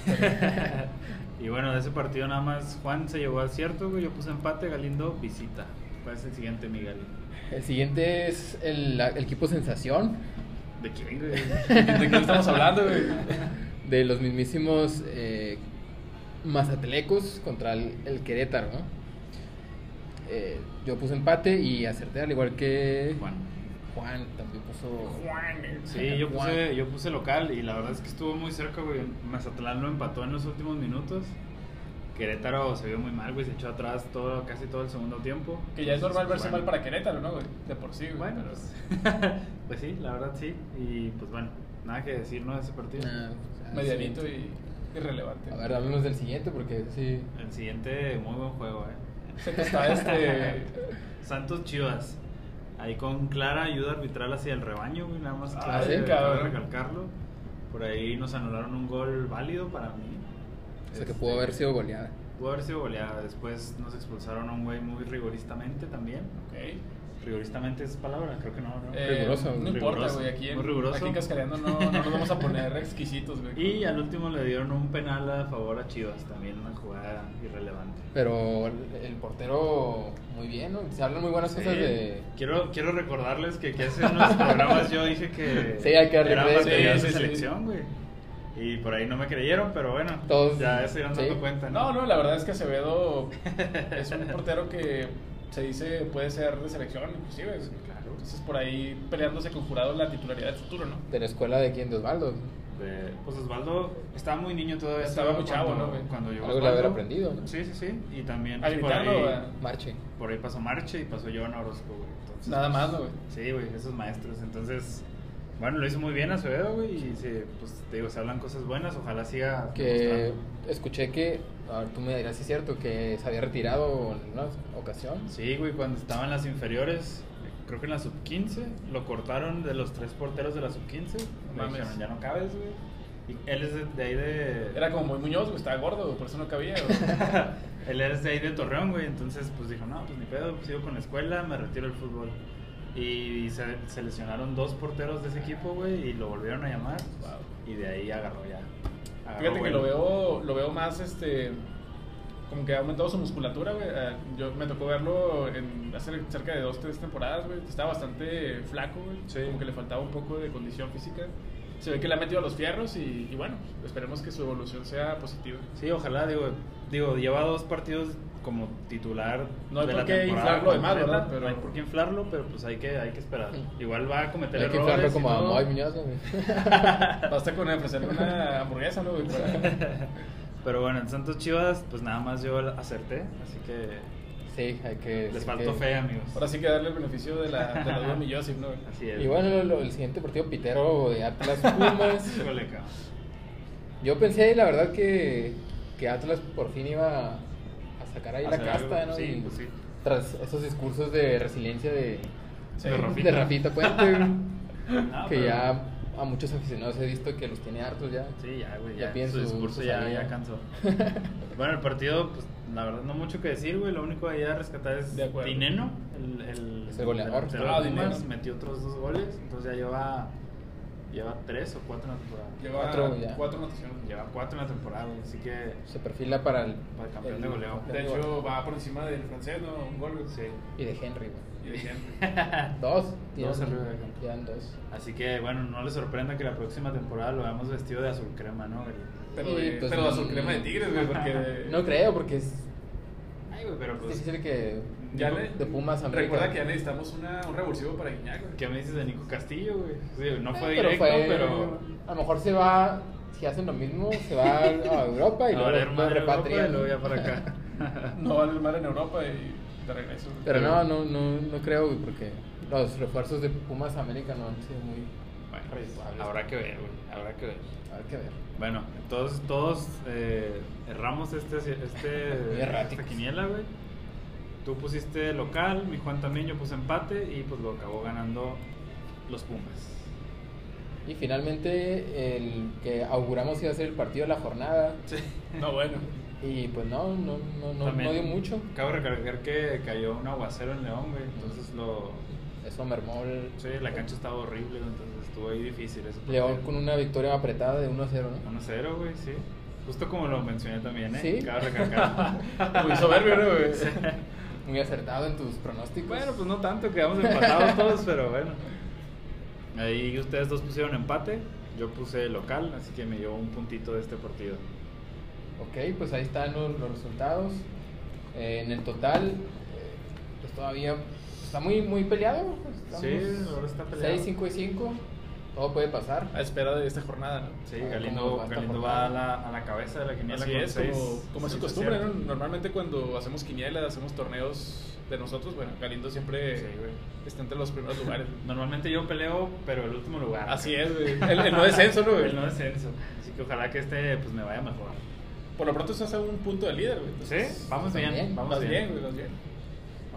[SPEAKER 2] Y bueno, de ese partido nada más Juan se llevó al cierto, güey. Yo puse empate, Galindo visita. ¿Cuál es el siguiente, Miguel?
[SPEAKER 1] el siguiente es el, el equipo sensación
[SPEAKER 2] ¿De quién, güey?
[SPEAKER 3] ¿De qué estamos hablando, güey?
[SPEAKER 1] de los mismísimos eh, mazatelecos contra el, el Querétaro, ¿no? Eh, yo puse empate y acerté, al igual que
[SPEAKER 2] Juan.
[SPEAKER 1] Juan también puso...
[SPEAKER 2] Sí, yo
[SPEAKER 1] Juan.
[SPEAKER 2] puse, yo puse local y la verdad es que estuvo muy cerca, güey. Mazatlán lo empató en los últimos minutos. Querétaro se vio muy mal, güey. Se echó atrás todo, casi todo el segundo tiempo.
[SPEAKER 3] Que ya es normal verse
[SPEAKER 2] Entonces,
[SPEAKER 3] mal
[SPEAKER 2] bueno.
[SPEAKER 3] para Querétaro, ¿no, güey? De por sí, güey.
[SPEAKER 2] Bueno,
[SPEAKER 3] pero-
[SPEAKER 2] pues, pues sí, la verdad sí. Y pues bueno, nada que decir, ¿no? De ese partido.
[SPEAKER 1] Nah, o sea,
[SPEAKER 3] medianito
[SPEAKER 1] sí.
[SPEAKER 3] y irrelevante.
[SPEAKER 1] A ver, hablemos del siguiente porque sí...
[SPEAKER 2] El siguiente, muy buen juego, eh.
[SPEAKER 3] Sé que está este.
[SPEAKER 2] Santos Chivas. Ahí con clara ayuda arbitral hacia el rebaño, güey. Nada más
[SPEAKER 3] Ay,
[SPEAKER 2] clave,
[SPEAKER 3] Ah, cabrón.
[SPEAKER 2] cabe recalcarlo. Por ahí nos anularon un gol válido para mí.
[SPEAKER 1] O sea, que
[SPEAKER 2] Este,
[SPEAKER 1] pudo haber sido goleada.
[SPEAKER 2] pudo haber sido goleada. Después nos expulsaron a un güey muy rigoristamente también.
[SPEAKER 3] Ok.
[SPEAKER 2] Rigoristamente es palabra, creo que no. ¿no?
[SPEAKER 3] Eh,
[SPEAKER 1] Riguroso,
[SPEAKER 3] no
[SPEAKER 1] riguroso.
[SPEAKER 3] importa, güey. Aquí, en-
[SPEAKER 2] Muy riguroso.
[SPEAKER 3] aquí en Cascareando no, no nos vamos a poner exquisitos, güey.
[SPEAKER 2] Y al último le dieron un penal a favor a Chivas, también una jugada irrelevante.
[SPEAKER 1] Pero el, el portero, muy bien, ¿no? Se hablan muy buenas cosas
[SPEAKER 2] Sí.
[SPEAKER 1] de.
[SPEAKER 2] Quiero, quiero recordarles que aquí hace unos programas yo dije que
[SPEAKER 1] Sí, hay que
[SPEAKER 2] era
[SPEAKER 1] arreglar-
[SPEAKER 2] parte de
[SPEAKER 3] sí,
[SPEAKER 2] esa
[SPEAKER 3] sí, sí.
[SPEAKER 2] selección, güey. Y por ahí no me creyeron, pero bueno,
[SPEAKER 1] Todos-
[SPEAKER 2] ya se iban dando
[SPEAKER 1] sí.
[SPEAKER 2] cuenta.
[SPEAKER 3] No, no, la verdad es que Acevedo es un portero que se dice puede ser de selección, inclusive.
[SPEAKER 2] Claro.
[SPEAKER 3] Entonces por ahí peleándose con jurado la titularidad del futuro, ¿no?
[SPEAKER 1] De la escuela de quién, de Osvaldo.
[SPEAKER 2] De- pues Osvaldo estaba muy niño todavía.
[SPEAKER 3] Estaba muy chavo,
[SPEAKER 2] cuando-
[SPEAKER 3] ¿no, güey?
[SPEAKER 2] Cuando llegó
[SPEAKER 1] Algo le haber
[SPEAKER 2] Osvaldo.
[SPEAKER 1] aprendido, ¿no?
[SPEAKER 2] Sí, sí, sí. Y también
[SPEAKER 3] A
[SPEAKER 2] pues, por,
[SPEAKER 3] gritarlo,
[SPEAKER 2] ahí,
[SPEAKER 3] ¿verdad?
[SPEAKER 1] Marche.
[SPEAKER 2] por ahí pasó Marche y pasó Joan Orozco, güey. Entonces,
[SPEAKER 3] Nada
[SPEAKER 2] pues,
[SPEAKER 3] más, ¿no, güey.
[SPEAKER 2] Sí, güey, esos maestros. Entonces, bueno, lo hizo muy bien Acevedo, güey. Y se- pues te digo, se hablan cosas buenas. Ojalá siga.
[SPEAKER 1] Que
[SPEAKER 2] demostrando.
[SPEAKER 1] escuché que, a ver, tú me dirás si es cierto, que se había retirado en una ocasión.
[SPEAKER 2] Sí, güey, cuando estaba en las inferiores, creo que en la sub 15, lo cortaron de los tres porteros de la sub 15.
[SPEAKER 3] No
[SPEAKER 2] Le
[SPEAKER 3] mames.
[SPEAKER 2] dijeron, ya no cabes, güey. Y él es de, de ahí de.
[SPEAKER 3] Era como muy Muñoz, güey, estaba gordo, güey, por eso no cabía. güey.
[SPEAKER 2] Él es de ahí de Torreón, güey. Entonces, pues dijo, no, pues ni pedo, sigo con la escuela, me retiro del fútbol. Y se, se lesionaron dos porteros de ese equipo, güey, y lo volvieron a llamar.
[SPEAKER 3] Wow.
[SPEAKER 2] Y de ahí agarró ya.
[SPEAKER 1] Ah,
[SPEAKER 2] Agarró
[SPEAKER 3] Fíjate que
[SPEAKER 2] vuelo.
[SPEAKER 3] lo veo, lo veo más, este, como que ha aumentado su musculatura, güey. Eh, Yo me tocó verlo en hace cerca de dos, tres temporadas, güey. Estaba bastante flaco, güey.
[SPEAKER 2] Sí.
[SPEAKER 3] Como que le faltaba un poco de condición física. Se ve que le ha metido a los fierros y, y bueno, esperemos que su evolución sea positiva.
[SPEAKER 2] Sí, ojalá, digo, digo, lleva dos partidos como titular.
[SPEAKER 3] No hay
[SPEAKER 2] de
[SPEAKER 3] por
[SPEAKER 2] la
[SPEAKER 3] qué
[SPEAKER 2] temporada
[SPEAKER 3] inflarlo de más,
[SPEAKER 2] completa,
[SPEAKER 3] ¿verdad? Pero-
[SPEAKER 2] No hay por qué inflarlo, pero pues hay que, hay que esperar.
[SPEAKER 1] Sí.
[SPEAKER 2] Igual va a cometer
[SPEAKER 1] Hay que
[SPEAKER 2] errores.
[SPEAKER 1] inflarlo
[SPEAKER 2] y
[SPEAKER 1] como a
[SPEAKER 2] todo.
[SPEAKER 1] Moy Muñoz, ¿no?
[SPEAKER 3] Basta con ofrecerle una hamburguesa, ¿no, güey? Para-
[SPEAKER 2] Pero bueno, en Santos Chivas, pues nada más yo acerté, así que
[SPEAKER 1] Sí, hay que.
[SPEAKER 2] les
[SPEAKER 1] decir
[SPEAKER 2] faltó
[SPEAKER 1] que-
[SPEAKER 2] fe, amigos.
[SPEAKER 3] Ahora sí que darle el beneficio de la, de la duda a mi Joseph, ¿no? güey?
[SPEAKER 2] Así es.
[SPEAKER 1] Y bueno, lo- el siguiente partido pitero de Atlas Pumas.
[SPEAKER 2] Híjole, cabrón.
[SPEAKER 1] Yo pensé, la verdad, que, que Atlas por fin iba a sacar ahí
[SPEAKER 2] A
[SPEAKER 1] la
[SPEAKER 2] hacer
[SPEAKER 1] casta,
[SPEAKER 2] algo.
[SPEAKER 1] ¿no?
[SPEAKER 2] Sí,
[SPEAKER 1] Y
[SPEAKER 2] pues sí.
[SPEAKER 1] Tras esos discursos de resiliencia de,
[SPEAKER 3] Sí.
[SPEAKER 2] De Rafita.
[SPEAKER 1] de Rafita Puente, güey,
[SPEAKER 2] No,
[SPEAKER 1] que
[SPEAKER 2] pero-
[SPEAKER 1] ya a muchos aficionados he visto que los tiene hartos ya.
[SPEAKER 2] Sí, ya, güey.
[SPEAKER 1] Ya
[SPEAKER 2] Ya,
[SPEAKER 1] pienso
[SPEAKER 2] su discurso
[SPEAKER 1] su
[SPEAKER 2] ya,
[SPEAKER 1] salida.
[SPEAKER 2] ya cansó. bueno, el partido, pues la verdad, no mucho que decir, güey. Lo único ahí a rescatar es
[SPEAKER 3] De acuerdo.
[SPEAKER 2] Dineno, el, el,
[SPEAKER 1] Es el goleador.
[SPEAKER 2] delantero de
[SPEAKER 3] Ah,
[SPEAKER 2] Pumas,
[SPEAKER 3] Dineno.
[SPEAKER 2] metió otros dos goles. Entonces ya lleva, lleva tres o cuatro en la temporada.
[SPEAKER 3] Lleva
[SPEAKER 1] Cuatro, ya.
[SPEAKER 3] cuatro anotaciones.
[SPEAKER 2] Lleva cuatro en la temporada, güey. Así que,
[SPEAKER 1] Se perfila para el,
[SPEAKER 2] Para el campeón de goleo.
[SPEAKER 1] campeón
[SPEAKER 3] De
[SPEAKER 1] de goleo.
[SPEAKER 3] hecho, va por encima del francés, ¿no? Un gol, güey.
[SPEAKER 2] sí.
[SPEAKER 1] Y de Henry, güey. Ah,
[SPEAKER 3] Y de gente.
[SPEAKER 1] Dos.
[SPEAKER 2] Dos
[SPEAKER 1] tiran-
[SPEAKER 2] arriba de Henry.
[SPEAKER 1] tiran dos.
[SPEAKER 2] Así que, bueno, no les sorprenda que la próxima temporada lo veamos vestido de azul crema, ¿no? güey?
[SPEAKER 3] Pero,
[SPEAKER 1] Sí,
[SPEAKER 3] de,
[SPEAKER 1] pues,
[SPEAKER 3] pero
[SPEAKER 1] no.
[SPEAKER 3] azul crema de tigres, güey, porque...
[SPEAKER 1] No creo, porque es
[SPEAKER 2] Ay, güey, pero
[SPEAKER 1] es
[SPEAKER 2] pues.
[SPEAKER 1] difícil que
[SPEAKER 3] Ya
[SPEAKER 1] de,
[SPEAKER 3] le-
[SPEAKER 1] Pumas a América. Eh,
[SPEAKER 3] Recuerda que ya necesitamos una, un revulsivo para Guiñac, güey.
[SPEAKER 2] ¿Qué me dices de Nico Castillo, güey? Sí, no
[SPEAKER 1] Eh,
[SPEAKER 2] fue directo,
[SPEAKER 1] fue-
[SPEAKER 2] pero.
[SPEAKER 1] A lo mejor se va, si hacen lo mismo, se va a Europa y
[SPEAKER 2] Ahora,
[SPEAKER 1] luego
[SPEAKER 2] hermano,
[SPEAKER 1] lo repatrian.
[SPEAKER 2] luego ya para acá.
[SPEAKER 3] No vale el mar en Europa y de regreso. güey.
[SPEAKER 1] Pero no, no, no, no creo, güey, porque los refuerzos de Pumas América no han sido muy...
[SPEAKER 2] Bueno, pues, habrá que ver, güey. Habrá que ver.
[SPEAKER 1] A ver qué ver.
[SPEAKER 2] Bueno, todos, todos eh, erramos este, este
[SPEAKER 1] Muy
[SPEAKER 2] esta
[SPEAKER 1] erráticos.
[SPEAKER 2] quiniela, güey. Tú pusiste local, mi Juan también, yo puse empate y pues lo acabó ganando los Pumas.
[SPEAKER 1] Y finalmente, el que auguramos iba a ser el partido de la jornada.
[SPEAKER 3] No, bueno.
[SPEAKER 1] Y pues no, no, no, no,
[SPEAKER 2] También
[SPEAKER 1] no dio mucho.
[SPEAKER 2] Cabe recalcar que cayó un aguacero en León, güey. Entonces lo.
[SPEAKER 1] Eso mermó el
[SPEAKER 2] Sí, la cancha estaba horrible, güey, entonces estuvo ahí difícil. Ese
[SPEAKER 1] León
[SPEAKER 2] partido.
[SPEAKER 1] con una victoria apretada de 1-0, ¿no?
[SPEAKER 2] 1-0, güey, sí. Justo como lo mencioné también, ¿eh?
[SPEAKER 1] Sí.
[SPEAKER 2] Cabe recalcar.
[SPEAKER 3] Muy soberbio, ¿no, güey?
[SPEAKER 1] Muy acertado en tus pronósticos.
[SPEAKER 2] bueno, pues no tanto, quedamos empatados todos, pero bueno. Ahí ustedes dos pusieron empate, yo puse local, así que me llevo un puntito de este partido.
[SPEAKER 1] Ok, pues ahí están los, los resultados. Eh, en el total, eh, pues todavía está muy, muy peleado. Pues
[SPEAKER 2] Sí, ahora está peleado.
[SPEAKER 1] 6, 5 y 5. Todo puede pasar.
[SPEAKER 3] A espera de esta jornada, ¿no?
[SPEAKER 2] Sí,
[SPEAKER 1] Ah, ¿cómo
[SPEAKER 2] Galindo,
[SPEAKER 1] va esta
[SPEAKER 2] Galindo va
[SPEAKER 1] jornada?
[SPEAKER 2] a la, a la cabeza de la quiniela
[SPEAKER 3] Así
[SPEAKER 2] con
[SPEAKER 3] es,
[SPEAKER 2] seis-
[SPEAKER 3] como, como es su
[SPEAKER 2] seis
[SPEAKER 3] costumbre, ¿no?
[SPEAKER 2] aciertos.
[SPEAKER 3] Normalmente cuando hacemos quiniela, hacemos torneos de nosotros, bueno, Galindo siempre
[SPEAKER 2] Sí, güey.
[SPEAKER 3] está entre los primeros lugares. güey.
[SPEAKER 2] Normalmente yo peleo, pero el último lugar.
[SPEAKER 3] Así es, güey. El, el no descenso, ¿no, güey?
[SPEAKER 2] El no descenso. Así que ojalá que este pues me vaya mejor.
[SPEAKER 3] Por lo pronto estás a un punto de líder, güey. Entonces,
[SPEAKER 2] Sí, vamos bien,
[SPEAKER 1] También.
[SPEAKER 2] vamos
[SPEAKER 3] vas
[SPEAKER 2] bien.
[SPEAKER 3] bien, güey, vas bien.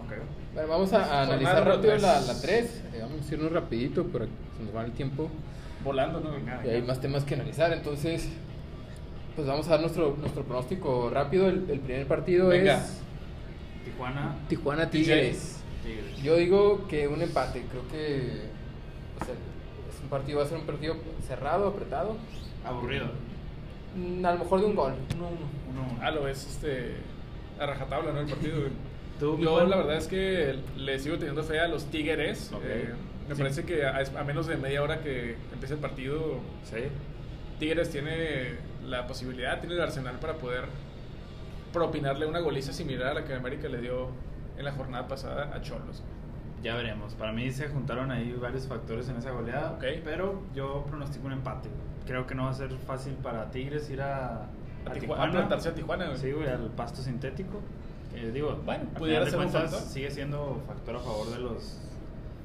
[SPEAKER 2] Ok.
[SPEAKER 1] Bueno, vamos a, a
[SPEAKER 3] Jornada
[SPEAKER 1] analizar
[SPEAKER 3] número
[SPEAKER 1] rápido
[SPEAKER 3] tres.
[SPEAKER 1] la, 3. vamos a irnos rapidito porque se nos va el tiempo.
[SPEAKER 3] Volando, ¿no?
[SPEAKER 2] Venga.
[SPEAKER 1] Y hay más temas que analizar. Entonces, Pues vamos a dar nuestro, nuestro pronóstico rápido. El, el primer partido
[SPEAKER 3] Venga.
[SPEAKER 1] es
[SPEAKER 2] Tijuana,
[SPEAKER 1] Tijuana
[SPEAKER 3] TJ.
[SPEAKER 1] Tigres.
[SPEAKER 2] Tigres.
[SPEAKER 1] Yo digo que un empate, creo que o sea, es un partido, va a ser un partido cerrado, apretado.
[SPEAKER 2] Aburrido.
[SPEAKER 1] Mm, A lo mejor de un gol, 1-1.
[SPEAKER 2] Uno,
[SPEAKER 3] Ah, lo ves este, a rajatabla, ¿no? El partido, güey.
[SPEAKER 2] ¿Tú,
[SPEAKER 3] Yo
[SPEAKER 2] Juan?
[SPEAKER 3] la verdad es que le sigo teniendo fe a los Tigres.
[SPEAKER 2] Ok.
[SPEAKER 3] Eh, me
[SPEAKER 2] Sí.
[SPEAKER 3] parece que a, a menos de media hora que empiece el partido,
[SPEAKER 2] Sí.
[SPEAKER 3] Tigres tiene la posibilidad, tiene el arsenal para poder propinarle una goliza similar a la que América le dio en la jornada pasada a Cholos.
[SPEAKER 2] Ya veremos. Para mí se juntaron ahí varios factores en esa goleada.
[SPEAKER 3] Ok.
[SPEAKER 2] Pero yo pronostico un empate. Creo que no va a ser fácil para Tigres ir a,
[SPEAKER 3] A, Tijuana, a plantarse a Tijuana, güey.
[SPEAKER 2] Sí, güey, al pasto sintético. Eh, digo,
[SPEAKER 3] Bueno,
[SPEAKER 2] al final
[SPEAKER 3] pudiera
[SPEAKER 2] de
[SPEAKER 3] ser un
[SPEAKER 2] cuentas,
[SPEAKER 3] factor.
[SPEAKER 2] Sigue siendo factor a favor de los,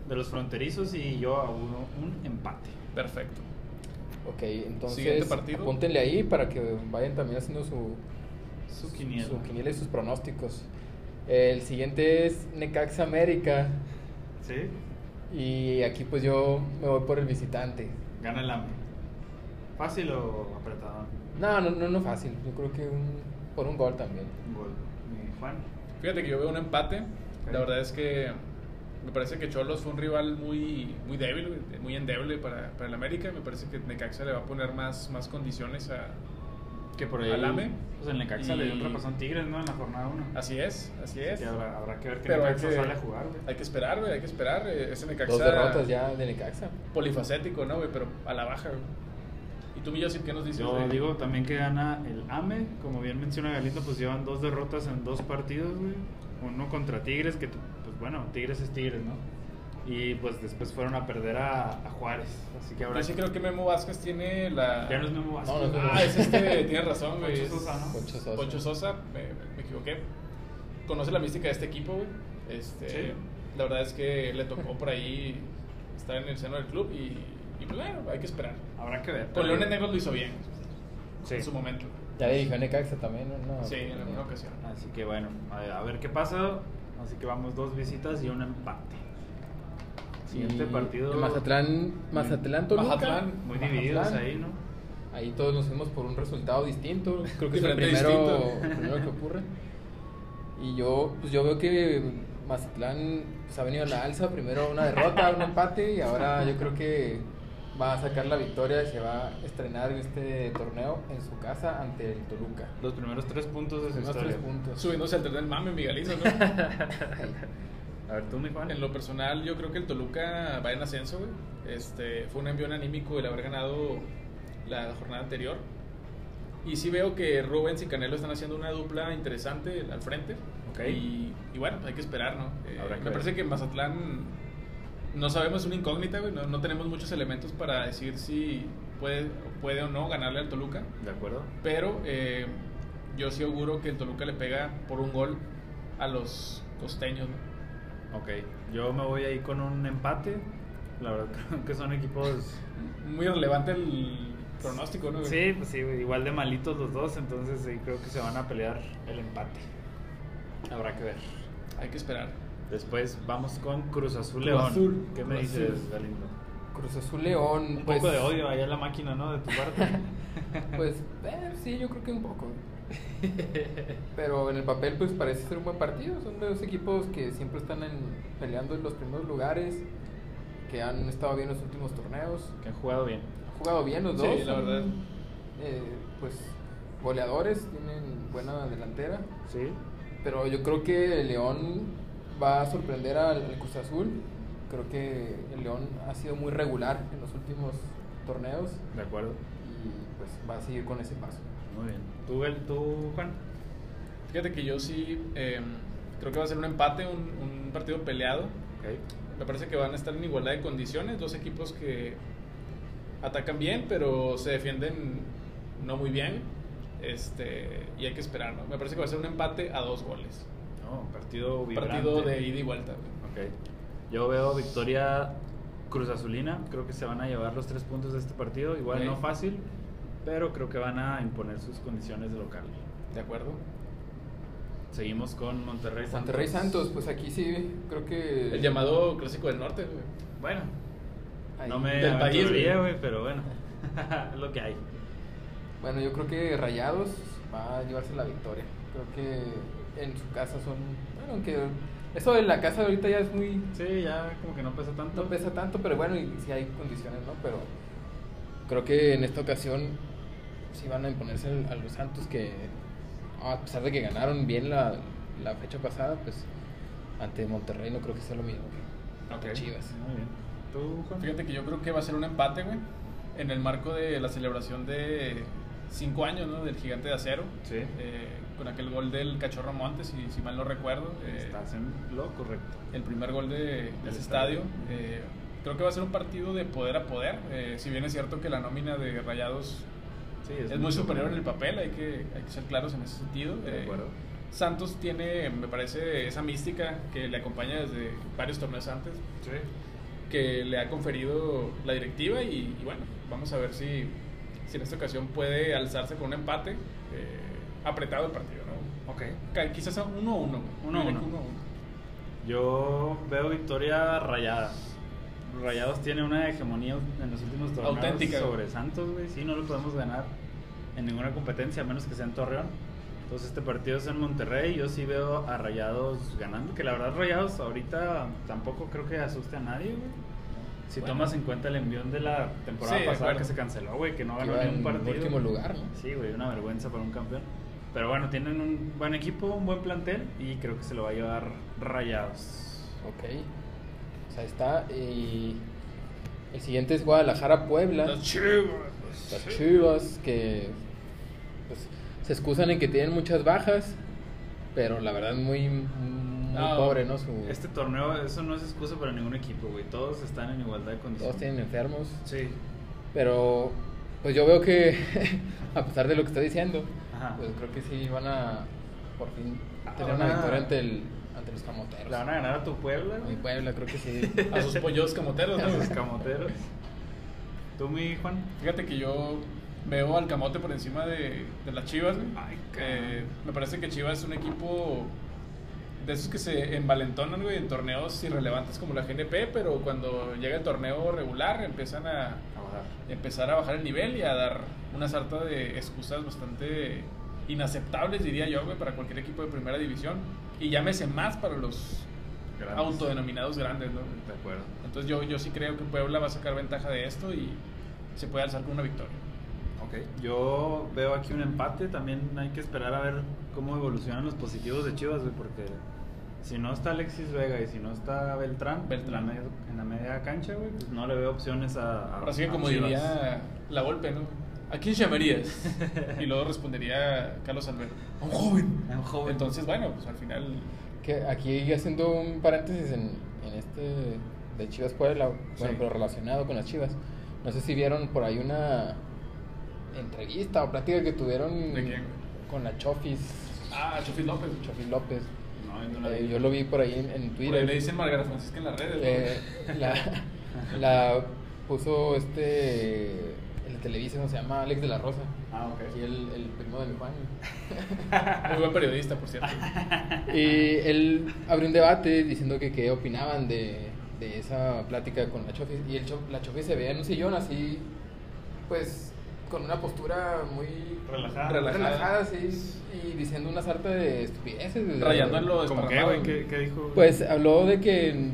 [SPEAKER 2] de los fronterizos y yo a uno, un empate.
[SPEAKER 3] Perfecto.
[SPEAKER 1] Ok, entonces
[SPEAKER 3] Siguiente partido.
[SPEAKER 1] apúntenle ahí para que vayan también haciendo su,
[SPEAKER 2] Su quiniela.
[SPEAKER 1] su quiniela y sus pronósticos. El siguiente es Necaxa América
[SPEAKER 2] ¿Sí?
[SPEAKER 1] y aquí pues yo me voy por el visitante.
[SPEAKER 2] Gana el hambre. ¿Fácil o apretado?
[SPEAKER 1] No, no, no, no fácil, yo creo que un- por un gol también.
[SPEAKER 2] Un gol. Mi Juan.
[SPEAKER 3] Fíjate que yo veo un empate.
[SPEAKER 2] Ok.
[SPEAKER 3] La verdad es que me parece que Cholos fue un rival muy, muy débil, güey, muy endeble para, para el América. Me parece que Necaxa le va a poner más, más condiciones a...
[SPEAKER 2] Que por ahí.
[SPEAKER 3] Al AME.
[SPEAKER 2] Pues en Necaxa le dio un
[SPEAKER 3] Y-
[SPEAKER 2] repasón Tigres, ¿no? En la jornada 1.
[SPEAKER 3] Así es, así es.
[SPEAKER 2] habrá, habrá que ver que
[SPEAKER 3] Pero hay
[SPEAKER 2] Necaxa
[SPEAKER 3] que,
[SPEAKER 2] sale a jugar, güey.
[SPEAKER 3] hay que esperar, güey, hay que esperar. Eh, Ese Necaxa...
[SPEAKER 1] Dos derrotas ya de Necaxa.
[SPEAKER 3] Polifacético, ¿no, güey? Pero a la baja, güey. ¿Y tú, mi Joseph, qué nos dices?
[SPEAKER 2] Yo
[SPEAKER 3] de-
[SPEAKER 2] digo también que gana el AME, como bien menciona Galindo, pues llevan dos derrotas en dos partidos, güey. Uno contra Tigres, que pues bueno, Tigres es Tigres, ¿no? Y pues después fueron a perder a, a Juárez, así que ahora
[SPEAKER 3] Yo Pues sí creo que Memo Vázquez tiene la...
[SPEAKER 2] ya no es Memo Vázquez.
[SPEAKER 1] No, no es Memo
[SPEAKER 3] Ah, es este, tienes razón, güey.
[SPEAKER 2] Poncho
[SPEAKER 3] es-
[SPEAKER 2] Sosa, ¿no?
[SPEAKER 1] Poncho Sosa.
[SPEAKER 3] Poncho Sosa, me, me equivoqué. Conoce la mística de este equipo, güey. Este,
[SPEAKER 2] Sí.
[SPEAKER 3] La verdad es que le tocó por ahí estar en el seno del club y, y pues, bueno, hay que esperar.
[SPEAKER 2] Habrá que ver.
[SPEAKER 3] Con
[SPEAKER 2] pero-
[SPEAKER 3] Leones Negros lo hizo bien
[SPEAKER 2] Sí. Ah,
[SPEAKER 3] en su momento.
[SPEAKER 1] Ya le dirigió a Necaxa también, ¿no? No.
[SPEAKER 3] Sí, en alguna ocasión.
[SPEAKER 2] Así que bueno, a a ver qué pasa. Así que vamos dos visitas y un empate. Siguiente
[SPEAKER 1] Y
[SPEAKER 2] partido.
[SPEAKER 1] Mazatlán, Mazatlán, Toluca.
[SPEAKER 3] Mazatlán.
[SPEAKER 2] Muy divididos
[SPEAKER 1] Mazatlán.
[SPEAKER 2] ahí, ¿no?
[SPEAKER 1] Ahí todos nos fuimos por un resultado distinto. Creo que es el
[SPEAKER 3] Diferente,
[SPEAKER 1] primero,
[SPEAKER 3] distinto.
[SPEAKER 1] el primero que ocurre. Y yo, pues yo veo que Mazatlán pues, ha venido a la alza. Primero una derrota, un empate. Y ahora yo creo que va a sacar la victoria. Se va a estrenar este torneo en su casa ante el Toluca.
[SPEAKER 2] Los primeros tres puntos de su
[SPEAKER 1] Son los
[SPEAKER 2] historia.
[SPEAKER 1] tres puntos.
[SPEAKER 3] Subiéndose al tren del mame, Miguelito, ¿no?
[SPEAKER 2] A ver, tú, mi Juan.
[SPEAKER 3] en lo personal, yo creo que el Toluca va en ascenso, güey. Este, fue un envío anímico el haber ganado la jornada anterior. Y sí veo que Rubens y Canelo están haciendo una dupla interesante al frente.
[SPEAKER 2] Ok.
[SPEAKER 3] Y, y bueno, pues hay que esperar, ¿no? Eh,
[SPEAKER 2] Habrá que
[SPEAKER 3] me
[SPEAKER 2] ver.
[SPEAKER 3] parece que Mazatlán no sabemos, es una incógnita, güey. No, no tenemos muchos elementos para decir si puede, puede o no ganarle al Toluca.
[SPEAKER 2] De acuerdo.
[SPEAKER 3] Pero eh, yo sí auguro que el Toluca le pega por un gol a los costeños, ¿no?
[SPEAKER 2] Ok, yo me voy ahí con un empate. La verdad creo que son equipos...
[SPEAKER 3] Muy relevante el pronóstico, ¿no? güey?
[SPEAKER 2] Sí, pues sí, güey, igual de malitos los dos, entonces sí, creo que se van a pelear el empate. Habrá que ver.
[SPEAKER 3] Hay que esperar.
[SPEAKER 2] Después vamos con Cruz Azul
[SPEAKER 3] Cruz
[SPEAKER 2] León.
[SPEAKER 3] Azul,
[SPEAKER 2] ¿Qué me
[SPEAKER 3] Cruz
[SPEAKER 2] dices,
[SPEAKER 3] Azul.
[SPEAKER 2] Galindo?
[SPEAKER 1] Cruz Azul León.
[SPEAKER 2] Un
[SPEAKER 1] pues,
[SPEAKER 2] poco de odio allá en la máquina, ¿no? De tu parte.
[SPEAKER 1] Pues eh, sí, yo creo que un poco. Pero en el papel pues parece ser un buen partido. Son de los equipos que siempre están en, peleando en los primeros lugares, que han estado bien en los últimos torneos.
[SPEAKER 2] que han jugado bien.
[SPEAKER 1] Han jugado bien los
[SPEAKER 3] Sí,
[SPEAKER 1] dos.
[SPEAKER 3] la
[SPEAKER 1] son,
[SPEAKER 3] verdad.
[SPEAKER 1] eh, pues goleadores, tienen buena delantera.
[SPEAKER 2] Sí.
[SPEAKER 1] Pero yo creo que el León va a sorprender al, al Cruz Azul. Creo que el León ha sido muy regular en los últimos torneos
[SPEAKER 2] De acuerdo.
[SPEAKER 1] y pues va a seguir con ese paso.
[SPEAKER 2] Muy bien. ¿Tú, Gal- tú Juan?
[SPEAKER 3] Fíjate que yo sí eh, creo que va a ser un empate, un, un partido peleado.
[SPEAKER 2] Ok.
[SPEAKER 3] Me parece que van a estar en igualdad de condiciones. Dos equipos que atacan bien, pero se defienden no muy bien. Este, y hay que esperar, ¿no? Me parece que va a ser un empate a dos goles.
[SPEAKER 2] No, partido vibrante.
[SPEAKER 3] Partido de ida y vuelta. güey.
[SPEAKER 2] Ok. Yo veo victoria Cruz Azulina. Creo que se van a llevar los tres puntos de este partido. Igual
[SPEAKER 3] Ok.
[SPEAKER 2] no fácil, pero creo que van a imponer sus condiciones de local.
[SPEAKER 3] ¿De acuerdo?
[SPEAKER 2] Seguimos con Monterrey Santos.
[SPEAKER 1] Monterrey Santos, pues aquí sí, creo que.
[SPEAKER 3] El llamado clásico del norte, güey.
[SPEAKER 2] Bueno,
[SPEAKER 1] ahí-
[SPEAKER 2] no me
[SPEAKER 3] Del país,
[SPEAKER 2] aventuraría,
[SPEAKER 3] güey.
[SPEAKER 2] güey, pero bueno, es lo que hay.
[SPEAKER 1] Bueno, yo creo que Rayados va a llevarse la victoria. Creo que en su casa son. Bueno, aunque eso de la casa de ahorita ya es muy.
[SPEAKER 2] Sí, ya como que no pesa tanto.
[SPEAKER 1] No pesa tanto, pero bueno, y si hay condiciones, ¿no? Pero creo que en esta ocasión sí van a imponerse al- a los Santos que, ah, a pesar de que ganaron bien la, la fecha pasada, pues ante Monterrey no creo que sea lo mismo. que ante
[SPEAKER 2] Ok.
[SPEAKER 1] Chivas.
[SPEAKER 2] Muy bien. ¿Tú, Juan?
[SPEAKER 3] Fíjate que yo creo que va a ser un empate, güey. En el marco de la celebración de cinco años, ¿no? Del gigante de acero.
[SPEAKER 2] Sí.
[SPEAKER 3] Eh, con aquel gol del Cachorro Montes, si, si mal no recuerdo. eh,
[SPEAKER 2] Estás en lo correcto.
[SPEAKER 3] el primer gol de, de ese
[SPEAKER 2] estadio.
[SPEAKER 3] estadio. Eh, creo que va a ser un partido de poder a poder. eh, si bien es cierto que la nómina de Rayados
[SPEAKER 2] Sí,
[SPEAKER 3] es, muy superior en el papel, hay que, hay que ser claros en ese sentido.
[SPEAKER 2] De
[SPEAKER 3] eh,
[SPEAKER 2] acuerdo.
[SPEAKER 3] Santos tiene, me parece, esa mística que le acompaña desde varios torneos antes,
[SPEAKER 2] Sí.
[SPEAKER 3] que le ha conferido la directiva y, y bueno, vamos a ver si, si en esta ocasión puede alzarse con un empate eh, apretado el partido, ¿no?
[SPEAKER 2] Ok.
[SPEAKER 3] Ca- Quizás a 1-1.
[SPEAKER 2] Uno a
[SPEAKER 3] Diré
[SPEAKER 2] uno.
[SPEAKER 3] que uno a uno.
[SPEAKER 2] Yo veo victoria rayada. Rayados tiene una hegemonía en los últimos torneos
[SPEAKER 3] Auténtica.
[SPEAKER 2] sobre Santos, güey. Sí, no lo podemos ganar en ninguna competencia, a menos que sea en Torreón. Entonces este partido es en Monterrey. Yo sí veo a Rayados ganando, que la verdad Rayados ahorita tampoco creo que asuste a nadie, güey. Si
[SPEAKER 3] Bueno.
[SPEAKER 2] tomas en cuenta el envión de la temporada
[SPEAKER 3] Sí, de
[SPEAKER 2] pasada
[SPEAKER 3] acuerdo.
[SPEAKER 2] que se canceló, güey, que no ganó
[SPEAKER 1] Iba
[SPEAKER 2] ni un
[SPEAKER 1] en
[SPEAKER 2] partido.
[SPEAKER 1] último lugar, ¿no?
[SPEAKER 2] Sí, güey, una vergüenza para un campeón. Pero bueno, tienen un buen equipo, un buen plantel y creo que se lo va a llevar Rayados.
[SPEAKER 1] Ok. O sea, está. Y el siguiente es Guadalajara-Puebla.
[SPEAKER 3] Las chivas.
[SPEAKER 1] Las Chivas que pues, se excusan en que tienen muchas bajas, pero la verdad muy, muy
[SPEAKER 3] No,
[SPEAKER 1] pobre, ¿no? Su,
[SPEAKER 2] Este torneo, eso no es excusa para ningún equipo, güey. Todos están en igualdad de condiciones.
[SPEAKER 1] Todos tienen enfermos,
[SPEAKER 2] Sí.
[SPEAKER 1] pero pues yo veo que a pesar de lo que está diciendo,
[SPEAKER 2] Ajá.
[SPEAKER 1] pues creo que sí van a por fin
[SPEAKER 2] Ah,
[SPEAKER 1] tener
[SPEAKER 2] van
[SPEAKER 1] una
[SPEAKER 2] a-
[SPEAKER 1] victoria ante, el, ante los camoteros.
[SPEAKER 2] ¿La van a ganar a tu Puebla?
[SPEAKER 1] Mi
[SPEAKER 2] güey?
[SPEAKER 1] Puebla creo que sí.
[SPEAKER 3] A sus pollos camoteros,
[SPEAKER 2] A
[SPEAKER 3] ¿no?
[SPEAKER 2] sus camoteros. ¿Tú, mi Juan?
[SPEAKER 3] Fíjate que yo veo al camote por encima de, de las Chivas. güey.
[SPEAKER 2] Ay,
[SPEAKER 3] Eh, me parece que Chivas es un equipo de esos que se envalentonan güey, en torneos irrelevantes como la GNP, pero cuando llega el torneo regular empiezan a
[SPEAKER 2] A bajar.
[SPEAKER 3] empezar a bajar el nivel y a dar una sarta de excusas bastante inaceptables, diría yo, güey, para cualquier equipo de primera división. Y llámese más para los
[SPEAKER 2] Grandes.
[SPEAKER 3] autodenominados grandes, ¿no?
[SPEAKER 2] De acuerdo.
[SPEAKER 3] Entonces yo, yo sí creo que Puebla va a sacar ventaja de esto y se puede alzar con una victoria.
[SPEAKER 2] Ok. Yo veo aquí un empate. También hay que esperar a ver cómo evolucionan los positivos de Chivas, güey, porque si no está Alexis Vega y si no está Beltrán,
[SPEAKER 3] Beltrán.
[SPEAKER 2] En, la media, en la media cancha, güey, pues no le veo opciones a. a
[SPEAKER 3] Ahora Ah, sí que
[SPEAKER 2] a
[SPEAKER 3] como
[SPEAKER 2] Chivas.
[SPEAKER 3] diría la golpe, ¿no? ¿A quién llamarías? y luego respondería Carlos Alberto. A un joven.
[SPEAKER 2] A un joven.
[SPEAKER 3] Entonces, bueno, pues al final...
[SPEAKER 1] Que aquí haciendo un paréntesis en, en este de Chivas Puebla, bueno,
[SPEAKER 2] Sí.
[SPEAKER 1] pero relacionado con las Chivas. No sé si vieron por ahí una entrevista o plática que tuvieron
[SPEAKER 3] ¿De quién?
[SPEAKER 1] con la Chofis,
[SPEAKER 3] Ah, Chofis López.
[SPEAKER 1] Chofis López.
[SPEAKER 2] No, yo no la
[SPEAKER 1] Eh,
[SPEAKER 2] vi.
[SPEAKER 1] yo lo vi por ahí en, en
[SPEAKER 3] Por ahí
[SPEAKER 1] Twitter.
[SPEAKER 3] le dicen Margarita Francisca en las redes. ¿no?
[SPEAKER 1] Eh, la, la puso este el televisión se llama Alex de la Rosa.
[SPEAKER 2] Ah, ok.
[SPEAKER 1] Aquí el, el primo de mi Juan.
[SPEAKER 3] Muy buen periodista, por cierto.
[SPEAKER 1] Y él abrió un debate diciendo que qué opinaban de, de esa plática con la Chofis. Y el Cho- la Chofis se veía en un sillón así, pues, con una postura muy
[SPEAKER 2] Relajada.
[SPEAKER 1] relajada, sí, y diciendo una sarta de estupideces. de-
[SPEAKER 3] Rayando en lo
[SPEAKER 2] ¿Cómo qué,
[SPEAKER 3] desparramado.
[SPEAKER 2] güey? ¿Qué, qué dijo?
[SPEAKER 1] Pues habló de que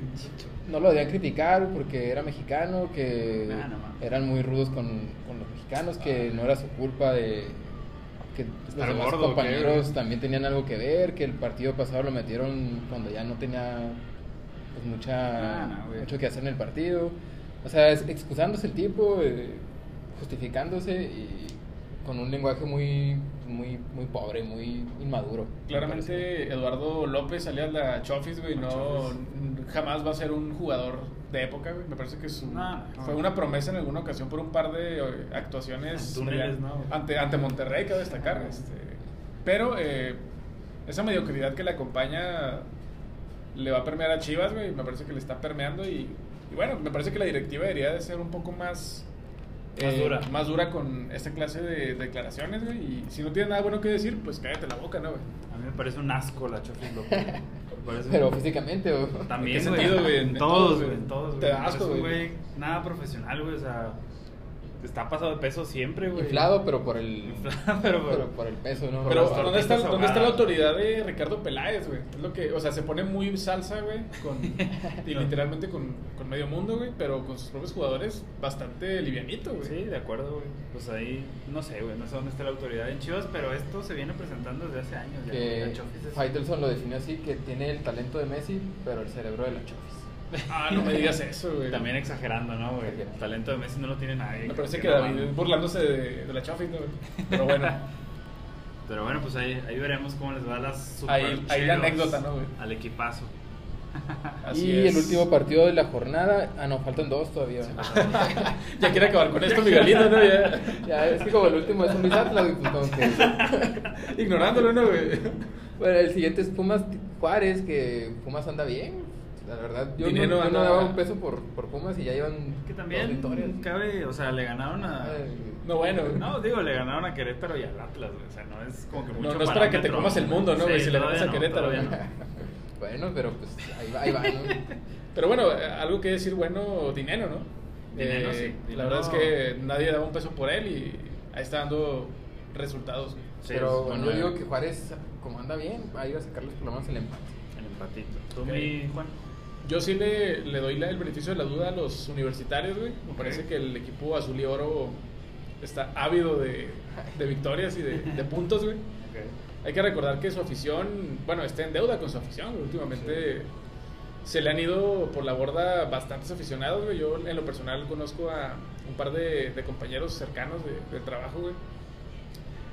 [SPEAKER 1] no lo debían criticar porque era mexicano, que
[SPEAKER 2] Nah, Ah, no mames. Ah.
[SPEAKER 1] eran muy rudos con, con los mexicanos, que no era su culpa de que los
[SPEAKER 2] Estar
[SPEAKER 1] demás
[SPEAKER 2] gordo, ¿o qué,
[SPEAKER 1] compañeros
[SPEAKER 2] güey?
[SPEAKER 1] también tenían algo que ver, que el partido pasado lo metieron cuando ya no tenía pues, mucha,
[SPEAKER 2] Ah, no, güey.
[SPEAKER 1] mucho que hacer en el partido. O sea, es- excusándose el tipo, eh, justificándose y con un lenguaje muy, muy, muy pobre, muy inmaduro. me parece.
[SPEAKER 3] Claramente Eduardo López, alias la Chofis, güey,
[SPEAKER 2] La
[SPEAKER 3] no,
[SPEAKER 2] Chofis.
[SPEAKER 3] n- jamás va a ser un jugador de época, güey. Me parece que su,
[SPEAKER 2] No, no.
[SPEAKER 3] fue una promesa en alguna ocasión por un par de eh, actuaciones
[SPEAKER 2] En túneles,
[SPEAKER 3] brillan-
[SPEAKER 2] ¿no?
[SPEAKER 3] ante, ante Monterrey, cabe destacar.
[SPEAKER 2] Ah.
[SPEAKER 3] este, pero eh, esa mediocridad que le acompaña le va a permear a Chivas, güey. Me parece que le está permeando y, y bueno, me parece que la directiva debería de ser un poco más... eh,
[SPEAKER 2] Más dura.
[SPEAKER 3] Más dura con esta clase de declaraciones, güey. Y si no tiene nada bueno que decir, pues cállate la boca, ¿no, güey?
[SPEAKER 2] A mí me parece un asco la Chofis López. güey. Me parece
[SPEAKER 1] Pero
[SPEAKER 2] un-
[SPEAKER 1] físicamente, o-
[SPEAKER 2] También,
[SPEAKER 3] ¿En qué sentido, güey? En
[SPEAKER 2] todos,
[SPEAKER 3] todos,
[SPEAKER 2] güey.
[SPEAKER 3] güey.
[SPEAKER 2] En todos, güey.
[SPEAKER 3] Te da asco,
[SPEAKER 2] Es un
[SPEAKER 3] güey.
[SPEAKER 2] Nada profesional, güey. O sea, Está pasado de peso siempre, güey.
[SPEAKER 1] Inflado, pero por el.
[SPEAKER 2] Inflado, pero por-
[SPEAKER 1] pero por el peso, ¿no?
[SPEAKER 2] Pero
[SPEAKER 3] Pero,
[SPEAKER 2] las
[SPEAKER 3] ¿dónde, está,
[SPEAKER 2] tortitas
[SPEAKER 3] ¿dónde está la
[SPEAKER 2] ahogadas.
[SPEAKER 3] autoridad de Ricardo Peláez, güey? Es lo que, o sea, se pone muy salsa, güey, con, y literalmente con, con medio mundo, güey, pero con sus propios jugadores bastante livianito, güey.
[SPEAKER 2] Sí, de acuerdo, güey. Pues ahí, no sé, güey, no sé dónde está la autoridad en Chivas, pero esto se viene presentando desde hace años. Ya,
[SPEAKER 1] que
[SPEAKER 2] La Chofis es-
[SPEAKER 1] Faitelson lo definió así, que tiene el talento de Messi, pero el cerebro de la Chofis.
[SPEAKER 3] Ah, no me digas eso, güey.
[SPEAKER 2] También exagerando, ¿no, güey? El talento de Messi no lo tiene nadie.
[SPEAKER 3] Me parece que
[SPEAKER 2] Creo no,
[SPEAKER 3] David
[SPEAKER 2] ¿no?
[SPEAKER 3] burlándose de, de la chafis, ¿no? güey? Pero bueno,
[SPEAKER 2] Pero bueno, pues ahí, ahí veremos cómo les va a las super
[SPEAKER 3] Ahí- ahí la
[SPEAKER 2] Chivas
[SPEAKER 3] anécdota, ¿no, güey?
[SPEAKER 2] Al equipazo.
[SPEAKER 3] así
[SPEAKER 1] y
[SPEAKER 3] es.
[SPEAKER 1] el último partido de la jornada. Ah, no, faltan dos todavía.
[SPEAKER 3] Ya quiere acabar con esto, Miguelito, ¿no? Ya,
[SPEAKER 1] ya, es que como el último es un Luis Atlas, güey, pues como que-
[SPEAKER 3] ignorándolo, ¿no, güey?
[SPEAKER 1] Bueno, el siguiente es Pumas Juárez, que Pumas anda bien. La verdad, yo, no, yo
[SPEAKER 3] Dinero
[SPEAKER 1] no
[SPEAKER 3] anda-
[SPEAKER 1] daba un peso por, por Pumas y ya llevan
[SPEAKER 2] Que
[SPEAKER 1] dos
[SPEAKER 2] también
[SPEAKER 1] victorias.
[SPEAKER 2] cabe, o sea, le ganaron a...
[SPEAKER 1] Ay,
[SPEAKER 3] No, bueno, güey.
[SPEAKER 2] No, digo, le ganaron a Querétaro y al Atlas, güey. O sea, no es como que
[SPEAKER 3] No,
[SPEAKER 2] mucho
[SPEAKER 3] no es para que te
[SPEAKER 2] parámetro.
[SPEAKER 3] comas el mundo, ¿no, güey? Si le
[SPEAKER 2] todavía
[SPEAKER 3] ganas a Querétaro,
[SPEAKER 2] todavía
[SPEAKER 3] güey.
[SPEAKER 1] Bueno, pero pues ahí va, ahí va, ¿no?
[SPEAKER 3] Pero bueno, eh, algo que decir bueno, dinero, ¿no? Eh,
[SPEAKER 2] Dinero, sí.
[SPEAKER 3] La
[SPEAKER 2] Dinero.
[SPEAKER 3] verdad es que nadie daba un peso por él y ahí está dando resultados. güey.
[SPEAKER 2] Sí,
[SPEAKER 1] pero
[SPEAKER 2] es
[SPEAKER 1] bueno, yo
[SPEAKER 2] buena-
[SPEAKER 1] digo que Juárez, como anda bien, va a ir a sacar los problemas el empate.
[SPEAKER 2] El empatito. ¿Tú,
[SPEAKER 3] Ok.
[SPEAKER 2] mi Juan?
[SPEAKER 3] Yo sí le, le doy la- el beneficio de la duda a los universitarios, güey. Me parece
[SPEAKER 2] Ok.
[SPEAKER 3] que el equipo azul y oro está ávido de, de victorias y de, de puntos, güey. Hay que recordar que su afición, bueno, está en deuda con su afición, güey. Últimamente se le han ido por la borda bastantes aficionados, güey. Yo en lo personal conozco a un par de, de compañeros cercanos de, del trabajo, güey.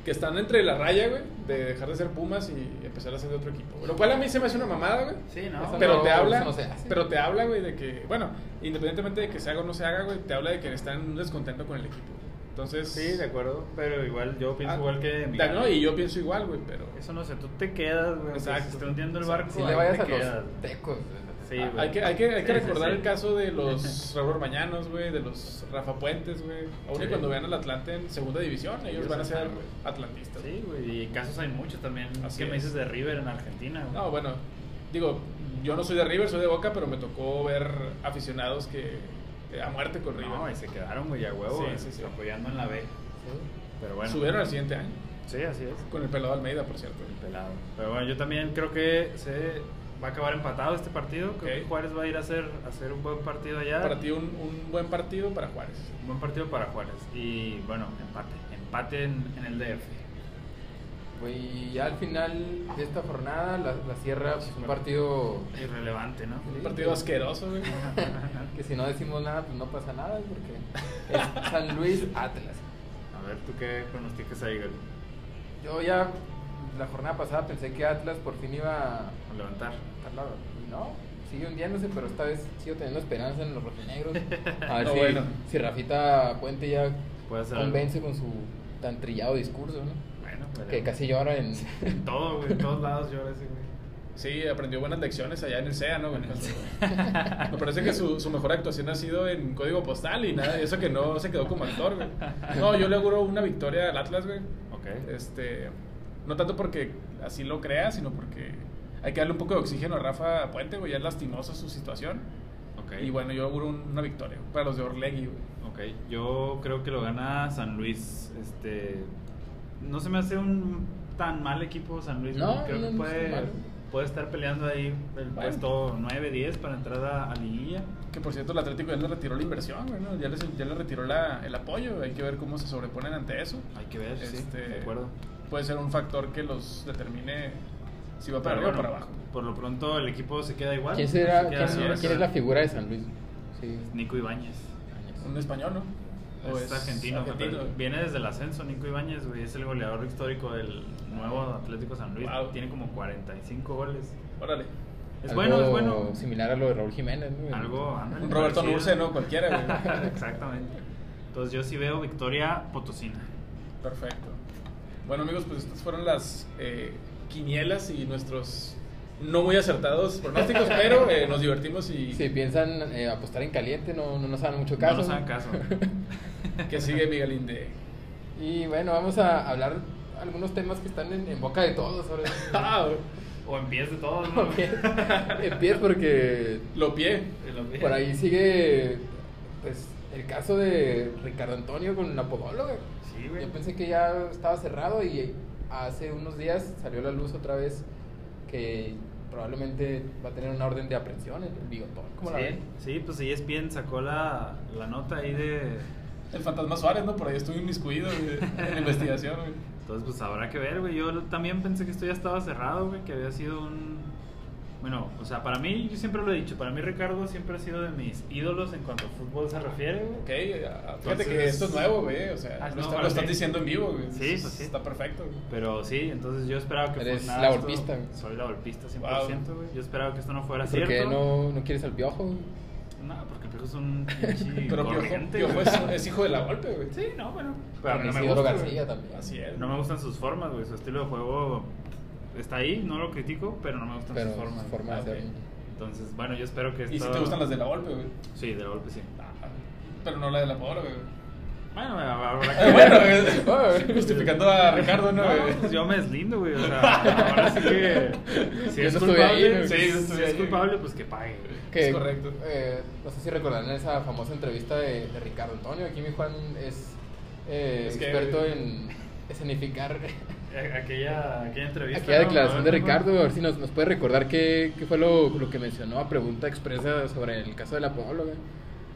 [SPEAKER 3] Que están entre la raya, güey, de dejar de ser Pumas y empezar a ser de otro equipo. güey. Lo cual a mí se me hace una mamada, güey.
[SPEAKER 2] Sí,
[SPEAKER 1] Eso
[SPEAKER 2] ¿no?
[SPEAKER 3] Pero
[SPEAKER 1] no,
[SPEAKER 3] te habla,
[SPEAKER 1] eso no se hace.
[SPEAKER 3] pero te habla, güey, de que, bueno, independientemente de que se haga o no se haga, güey, te habla de que están en un descontento con el equipo. güey. Entonces,
[SPEAKER 2] Sí, de acuerdo. Pero igual, yo pienso
[SPEAKER 3] Ah,
[SPEAKER 2] igual que...
[SPEAKER 3] da-
[SPEAKER 2] Miguel.
[SPEAKER 3] no, y yo pienso igual, güey, pero
[SPEAKER 2] Eso no sé, tú te quedas, güey. Exacto.
[SPEAKER 3] Exacto.
[SPEAKER 2] Si se está hundiendo el barco,
[SPEAKER 1] Si
[SPEAKER 2] ahí
[SPEAKER 1] le vayas
[SPEAKER 2] te
[SPEAKER 1] a
[SPEAKER 2] quedas.
[SPEAKER 1] los tecos.
[SPEAKER 2] Sí, güey.
[SPEAKER 3] Ah, hay que, hay que, hay que
[SPEAKER 2] Sí, sí,
[SPEAKER 3] recordar
[SPEAKER 2] sí.
[SPEAKER 3] el caso de los Raúl Mañanos, güey, de los Rafa Puentes, güey. Aún y
[SPEAKER 2] Sí.
[SPEAKER 3] cuando vean al Atlante en segunda división, ellos
[SPEAKER 2] Ellos
[SPEAKER 3] van a
[SPEAKER 2] están,
[SPEAKER 3] ser
[SPEAKER 2] güey.
[SPEAKER 3] atlantistas.
[SPEAKER 2] Sí, güey. Y casos hay muchos también.
[SPEAKER 3] Así
[SPEAKER 2] ¿Qué me
[SPEAKER 3] es.
[SPEAKER 2] dices de River en Argentina, güey?
[SPEAKER 3] No, bueno, digo, yo no soy de River, soy de Boca, pero me tocó ver aficionados que que a muerte con River.
[SPEAKER 2] No, y se quedaron, güey, a huevo.
[SPEAKER 3] Sí,
[SPEAKER 2] güey,
[SPEAKER 3] sí, sí.
[SPEAKER 2] Apoyando en la B. Pero bueno.
[SPEAKER 3] Subieron al siguiente año,
[SPEAKER 2] Sí, así es.
[SPEAKER 3] con el pelado Almeida, por cierto.
[SPEAKER 2] El pelado. Pero bueno, yo también creo que se va a acabar empatado este partido. Creo
[SPEAKER 3] Ok.
[SPEAKER 2] que Juárez va a ir a hacer, a hacer un buen partido allá.
[SPEAKER 3] Para ti un, un buen partido para Juárez.
[SPEAKER 2] Un buen partido para Juárez. Y bueno, empate. Empate en, en el DF.
[SPEAKER 1] Güey, Y ya al final de esta jornada la, la cierra pues, un partido
[SPEAKER 2] Irrelevante, ¿no?
[SPEAKER 3] Un partido asqueroso, güey.
[SPEAKER 1] que si no decimos nada, pues no pasa nada, porque es San Luis Atlas.
[SPEAKER 2] A ver, ¿tú qué pronosticas ahí, Gal?
[SPEAKER 1] Yo ya la jornada pasada pensé que Atlas por fin iba a
[SPEAKER 2] A levantar.
[SPEAKER 1] Carla, no, sigue hundiéndose, pero esta vez sigo teniendo esperanza en los rojinegros. A ver
[SPEAKER 3] No,
[SPEAKER 1] si,
[SPEAKER 3] bueno.
[SPEAKER 1] si Rafita Puente ya
[SPEAKER 2] Puede hacer algo.
[SPEAKER 1] convence con su tan trillado discurso, ¿no?
[SPEAKER 2] Bueno, pero-
[SPEAKER 1] Que casi llora en...
[SPEAKER 2] En todo, güey. En todos lados llora ese, güey.
[SPEAKER 3] Sí, aprendió buenas lecciones allá en el SEA, ¿no? güey? Me parece que su, su mejor actuación ha sido en código postal y nada, y eso que no se quedó como actor, güey. No, yo le auguro una victoria al Atlas, güey.
[SPEAKER 2] Ok.
[SPEAKER 3] Este, no tanto porque así lo crea, sino porque hay que darle un poco de oxígeno a Rafa Puente, güey. Ya es lastimosa su situación.
[SPEAKER 2] Ok.
[SPEAKER 3] Y bueno, yo auguro un- una victoria güey, para los de Orlegui, güey.
[SPEAKER 2] Ok, yo creo que lo gana San Luis. Este, no se me hace un tan mal equipo San Luis.
[SPEAKER 1] No,
[SPEAKER 2] güey. creo
[SPEAKER 1] no,
[SPEAKER 2] que
[SPEAKER 1] no es
[SPEAKER 2] puede,
[SPEAKER 1] malo.
[SPEAKER 2] puede estar peleando ahí el
[SPEAKER 3] Bueno.
[SPEAKER 2] puesto 9, 10 para entrar a, a liguilla.
[SPEAKER 3] Que por cierto, el Atlético ya le retiró la inversión, güey. ¿no? Ya, les, ya le retiró la- el apoyo. Hay que ver cómo se sobreponen ante eso.
[SPEAKER 2] Hay que ver, sí,
[SPEAKER 3] Este,
[SPEAKER 2] de acuerdo.
[SPEAKER 3] Puede ser un factor que los determine si va para
[SPEAKER 2] Pero
[SPEAKER 3] arriba
[SPEAKER 2] bueno,
[SPEAKER 3] o para abajo.
[SPEAKER 2] Por lo pronto el equipo se queda igual.
[SPEAKER 1] ¿Quién, será,
[SPEAKER 2] Se queda
[SPEAKER 1] quién-
[SPEAKER 2] ahora
[SPEAKER 1] quién es
[SPEAKER 2] con
[SPEAKER 1] la figura de San Luis? Sí.
[SPEAKER 2] Nico Ibáñez.
[SPEAKER 3] Un español, ¿no? ¿O
[SPEAKER 2] Es argentino, me
[SPEAKER 3] argentino?
[SPEAKER 2] parece. viene desde el ascenso Nico Ibáñez, güey, es el goleador histórico del nuevo Atlético San Luis,
[SPEAKER 3] Wow.
[SPEAKER 2] tiene como 45 goles.
[SPEAKER 3] Órale.
[SPEAKER 2] Es
[SPEAKER 1] Algo
[SPEAKER 2] bueno, es bueno.
[SPEAKER 1] Similar a lo de Raúl Jiménez, ¿no?
[SPEAKER 2] Algo, ándale,
[SPEAKER 3] Un Roberto
[SPEAKER 2] parecido.
[SPEAKER 3] Nurse, ¿no? Cualquiera, güey.
[SPEAKER 2] Exactamente. Entonces yo sí veo victoria potosina.
[SPEAKER 3] Perfecto. Bueno, amigos, pues estas fueron las eh, quinielas y nuestros no muy acertados pronósticos, pero eh, nos divertimos y
[SPEAKER 1] Si piensan eh, apostar en caliente, no, no nos hagan mucho caso.
[SPEAKER 2] No nos hagan caso.
[SPEAKER 3] que sigue Miguelín de...
[SPEAKER 1] Y bueno, vamos a hablar algunos temas que están en, en boca de todos. ahora.
[SPEAKER 3] ¡Ah! güey.
[SPEAKER 2] o empiece todo, ¿no?
[SPEAKER 1] Empiezo porque
[SPEAKER 3] Lo pie.
[SPEAKER 2] Lo que-
[SPEAKER 1] Por ahí sigue pues, El caso de Ricardo Antonio con la podóloga.
[SPEAKER 2] Sí, güey.
[SPEAKER 1] Yo pensé que ya estaba cerrado y hace unos días salió a la luz otra vez que probablemente va a tener una orden de aprehensión el bigotón. ¿Cómo la
[SPEAKER 2] Sí,
[SPEAKER 1] ven?
[SPEAKER 2] Sí, pues ESPN sacó la, la nota ahí de...
[SPEAKER 3] El fantasma Suárez, ¿no? Por ahí estuve inmiscuido güey, en la investigación, güey.
[SPEAKER 2] Entonces, pues habrá que ver, güey. Yo también pensé que esto ya estaba cerrado, güey, que había sido un... Bueno, o sea, para mí, yo siempre lo he dicho, para mí Ricardo siempre ha sido de mis ídolos en cuanto a fútbol se refiere, güey.
[SPEAKER 3] Ok, ah, fíjate
[SPEAKER 2] Entonces-
[SPEAKER 3] que esto es nuevo, güey. O sea,
[SPEAKER 2] Ah,
[SPEAKER 3] lo,
[SPEAKER 2] no,
[SPEAKER 3] está- lo
[SPEAKER 2] ok.
[SPEAKER 3] están diciendo en vivo, güey.
[SPEAKER 2] Sí, pues sí.
[SPEAKER 3] Está perfecto, güey.
[SPEAKER 2] Pero sí, entonces yo esperaba que
[SPEAKER 1] Eres
[SPEAKER 2] fuera-
[SPEAKER 1] la
[SPEAKER 2] esto-
[SPEAKER 1] golpista, güey.
[SPEAKER 2] Soy la golpista 100%,
[SPEAKER 3] Wow.
[SPEAKER 2] güey. Yo esperaba que esto no fuera
[SPEAKER 1] ¿Por
[SPEAKER 2] cierto.
[SPEAKER 1] qué no, no quieres al piojo?
[SPEAKER 2] No, porque el Piojo es un pinche
[SPEAKER 3] Pero Piojo,
[SPEAKER 2] corriente,
[SPEAKER 3] Piojo
[SPEAKER 2] güey.
[SPEAKER 3] es, es hijo de la golpe, güey.
[SPEAKER 2] Sí, no, bueno. Pero a
[SPEAKER 1] Con
[SPEAKER 2] mí no
[SPEAKER 1] pues,
[SPEAKER 2] me
[SPEAKER 1] Isidro
[SPEAKER 2] gusta, güey.
[SPEAKER 1] García también.
[SPEAKER 3] Así es.
[SPEAKER 2] No me gustan sus formas, güey. Su estilo de juego está ahí, no lo critico, pero no me gustan
[SPEAKER 1] Pero
[SPEAKER 2] sus formas.
[SPEAKER 1] su forma
[SPEAKER 3] Ah,
[SPEAKER 1] de
[SPEAKER 3] ok.
[SPEAKER 1] hacerlo.
[SPEAKER 2] Entonces, bueno, yo espero que
[SPEAKER 3] Y
[SPEAKER 2] esto-
[SPEAKER 3] si te gustan las de la golpe, güey.
[SPEAKER 2] Sí, de la golpe sí.
[SPEAKER 3] Ah, Pero no la de la pobre, güey.
[SPEAKER 2] Bueno, habrá que
[SPEAKER 3] Eh, bueno,
[SPEAKER 2] ver.
[SPEAKER 3] güey, bueno, güey, justificando a Ricardo, ¿no, güey?
[SPEAKER 2] pues yo me deslindo, güey. O sea, ahora sí que. Si
[SPEAKER 1] Yo
[SPEAKER 2] es
[SPEAKER 1] no estuve
[SPEAKER 2] culpable,
[SPEAKER 1] ahí, güey.
[SPEAKER 2] sí,
[SPEAKER 3] Sí, yo
[SPEAKER 2] si
[SPEAKER 3] estuve
[SPEAKER 2] es
[SPEAKER 3] ahí.
[SPEAKER 2] culpable, pues que pague, güey.
[SPEAKER 1] Que,
[SPEAKER 3] Es correcto.
[SPEAKER 1] eh, no sé si recordarán esa famosa entrevista de, de Ricardo Antonio. Aquí mi Juan es, eh,
[SPEAKER 3] Es que-
[SPEAKER 1] experto en escenificar
[SPEAKER 2] Eh, Aquella, aquella entrevista.
[SPEAKER 1] aquella
[SPEAKER 2] ¿no?
[SPEAKER 1] declaración
[SPEAKER 2] A
[SPEAKER 1] de
[SPEAKER 2] ver,
[SPEAKER 1] Ricardo.
[SPEAKER 2] ¿no?
[SPEAKER 1] A ver si nos, nos puede recordar qué, qué fue lo, lo que mencionó a pregunta expresa sobre el caso de la podóloga.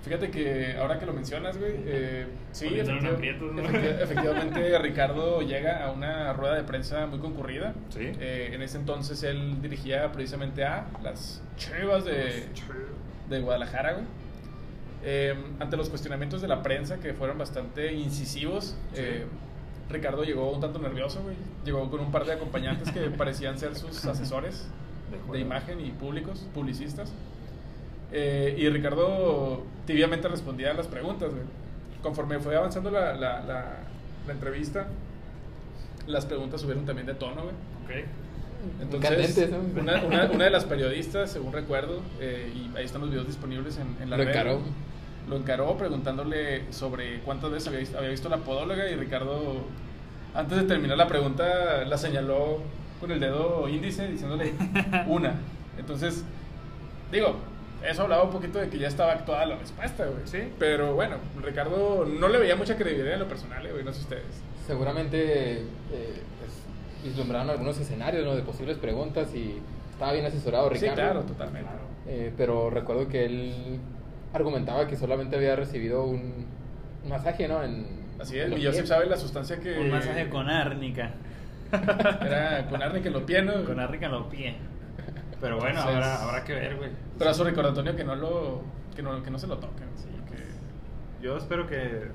[SPEAKER 3] Fíjate que ahora que lo mencionas, güey, eh, sí,
[SPEAKER 2] Poniéndolo en
[SPEAKER 3] efectiva-
[SPEAKER 2] aprietos, ¿no?
[SPEAKER 3] efecti- efectivamente Ricardo llega a una rueda de prensa muy concurrida.
[SPEAKER 2] Sí.
[SPEAKER 3] Eh, en ese entonces él dirigía precisamente a las Chivas de, de Guadalajara, güey. Eh, ante los cuestionamientos de la prensa que fueron bastante incisivos,
[SPEAKER 2] Sí.
[SPEAKER 3] eh, Ricardo llegó un tanto nervioso, güey. Llegó con un par de acompañantes que parecían ser sus asesores de
[SPEAKER 2] juego.
[SPEAKER 3] imagen y públicos, publicistas. Eh, y Ricardo tibiamente respondía a las preguntas. güey. Conforme fue avanzando la, la- la- la entrevista, las preguntas subieron también de tono. güey.
[SPEAKER 2] Ok.
[SPEAKER 3] Entonces,
[SPEAKER 1] Candentes, ¿no?
[SPEAKER 3] una, una- una de las periodistas, según recuerdo, eh, y ahí están los videos disponibles en, en la
[SPEAKER 1] Lo
[SPEAKER 3] red,
[SPEAKER 1] encaró.
[SPEAKER 3] Lo encaró preguntándole sobre cuántas veces había, visto- había visto la podóloga y Ricardo, antes de terminar la pregunta, la señaló con el dedo índice diciéndole una. Entonces, digo, eso hablaba un poquito de que ya estaba actuada la respuesta, güey.
[SPEAKER 2] Sí.
[SPEAKER 3] Pero bueno, Ricardo no le veía mucha credibilidad en lo personal, eh, güey, no sé ustedes.
[SPEAKER 1] Seguramente eh, pues, vislumbraron algunos escenarios ¿no? de posibles preguntas y estaba bien asesorado Ricardo.
[SPEAKER 3] Sí, claro, totalmente.
[SPEAKER 2] Claro.
[SPEAKER 1] Eh, pero recuerdo que él argumentaba que solamente había recibido un, un masaje, ¿no? En,
[SPEAKER 3] Así
[SPEAKER 1] en
[SPEAKER 3] es,
[SPEAKER 1] los
[SPEAKER 3] y Joseph
[SPEAKER 1] pies.
[SPEAKER 3] sabe la sustancia que...
[SPEAKER 2] Un masaje con árnica.
[SPEAKER 3] Era con Arne que lo piano.
[SPEAKER 2] Con árnica en los pies. Pero bueno,
[SPEAKER 3] Entonces-
[SPEAKER 2] habrá, habrá que ver, güey.
[SPEAKER 3] Pero a su Ricardo Antonio que no lo. que no, que no se lo toquen.
[SPEAKER 2] Sí,
[SPEAKER 3] que-
[SPEAKER 2] que- Yo espero que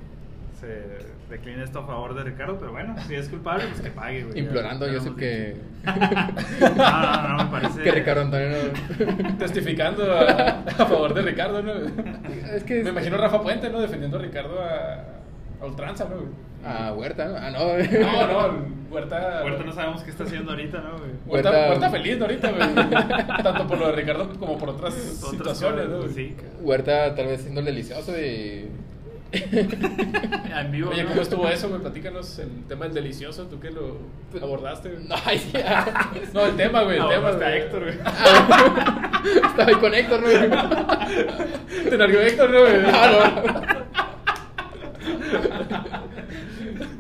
[SPEAKER 2] se decline esto a favor de Ricardo, pero bueno, si es culpable, pues que pague, güey.
[SPEAKER 1] Implorando a
[SPEAKER 2] Ya- ya
[SPEAKER 1] Joseph
[SPEAKER 2] lo
[SPEAKER 1] que...
[SPEAKER 2] hemos dicho. No, Ah, no, no, me parece.
[SPEAKER 1] que Ricardo Antonio no...
[SPEAKER 3] Testificando a, a favor de Ricardo, ¿no?
[SPEAKER 1] Es que...
[SPEAKER 3] Me imagino a Rafa Puente, ¿no? Defendiendo a Ricardo a, a ultranza, ¿no?
[SPEAKER 1] Ah, Huerta, ¿no? Ah, no.
[SPEAKER 3] No, no, Huerta.
[SPEAKER 2] Puerto no sabemos qué está haciendo ahorita, ¿no, güey?
[SPEAKER 3] Huerta,
[SPEAKER 1] Huerta-
[SPEAKER 3] Huerta feliz, ¿no? Ahorita, güey. Tanto por lo de Ricardo como por otras,
[SPEAKER 2] Otras
[SPEAKER 3] situaciones,
[SPEAKER 2] cosas,
[SPEAKER 3] ¿no?
[SPEAKER 2] Sí.
[SPEAKER 1] Huerta tal vez siendo el delicioso y...
[SPEAKER 2] En vivo.
[SPEAKER 3] Oye,
[SPEAKER 2] ¿no?
[SPEAKER 3] ¿cómo estuvo eso, güey? Platícanos el tema del delicioso, tú que lo abordaste. güey.
[SPEAKER 1] Pues, No, ay, sí, ah.
[SPEAKER 3] No, el tema, güey, el
[SPEAKER 2] Ah,
[SPEAKER 3] tema.
[SPEAKER 2] bueno, está
[SPEAKER 3] güey.
[SPEAKER 2] Héctor, güey.
[SPEAKER 1] Estaba ahí con Héctor, ¿no?
[SPEAKER 3] Te nargué Héctor, ¿no, güey?
[SPEAKER 1] Ah,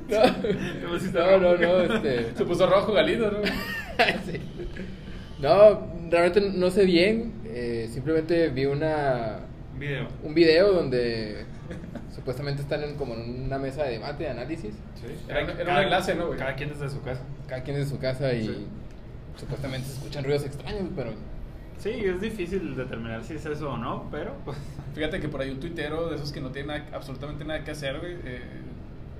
[SPEAKER 1] No, no, no, este...
[SPEAKER 3] Se puso rojo Galindo, ¿no?
[SPEAKER 1] Sí. No, realmente no sé bien. eh, simplemente vi una
[SPEAKER 2] Video.
[SPEAKER 1] un video donde supuestamente están en, como en una mesa de debate, de análisis.
[SPEAKER 3] Era- era un
[SPEAKER 2] Cada-
[SPEAKER 3] enlace, ¿no, güey?
[SPEAKER 2] Cada quien desde su casa.
[SPEAKER 1] Cada quien en su casa y
[SPEAKER 2] Sí.
[SPEAKER 1] supuestamente se escuchan ruidos extraños, pero
[SPEAKER 2] Sí, es difícil determinar si es eso o no, pero pues.
[SPEAKER 3] Fíjate que por ahí un tuitero de esos que no tiene nada- absolutamente nada que hacer, güey, eh,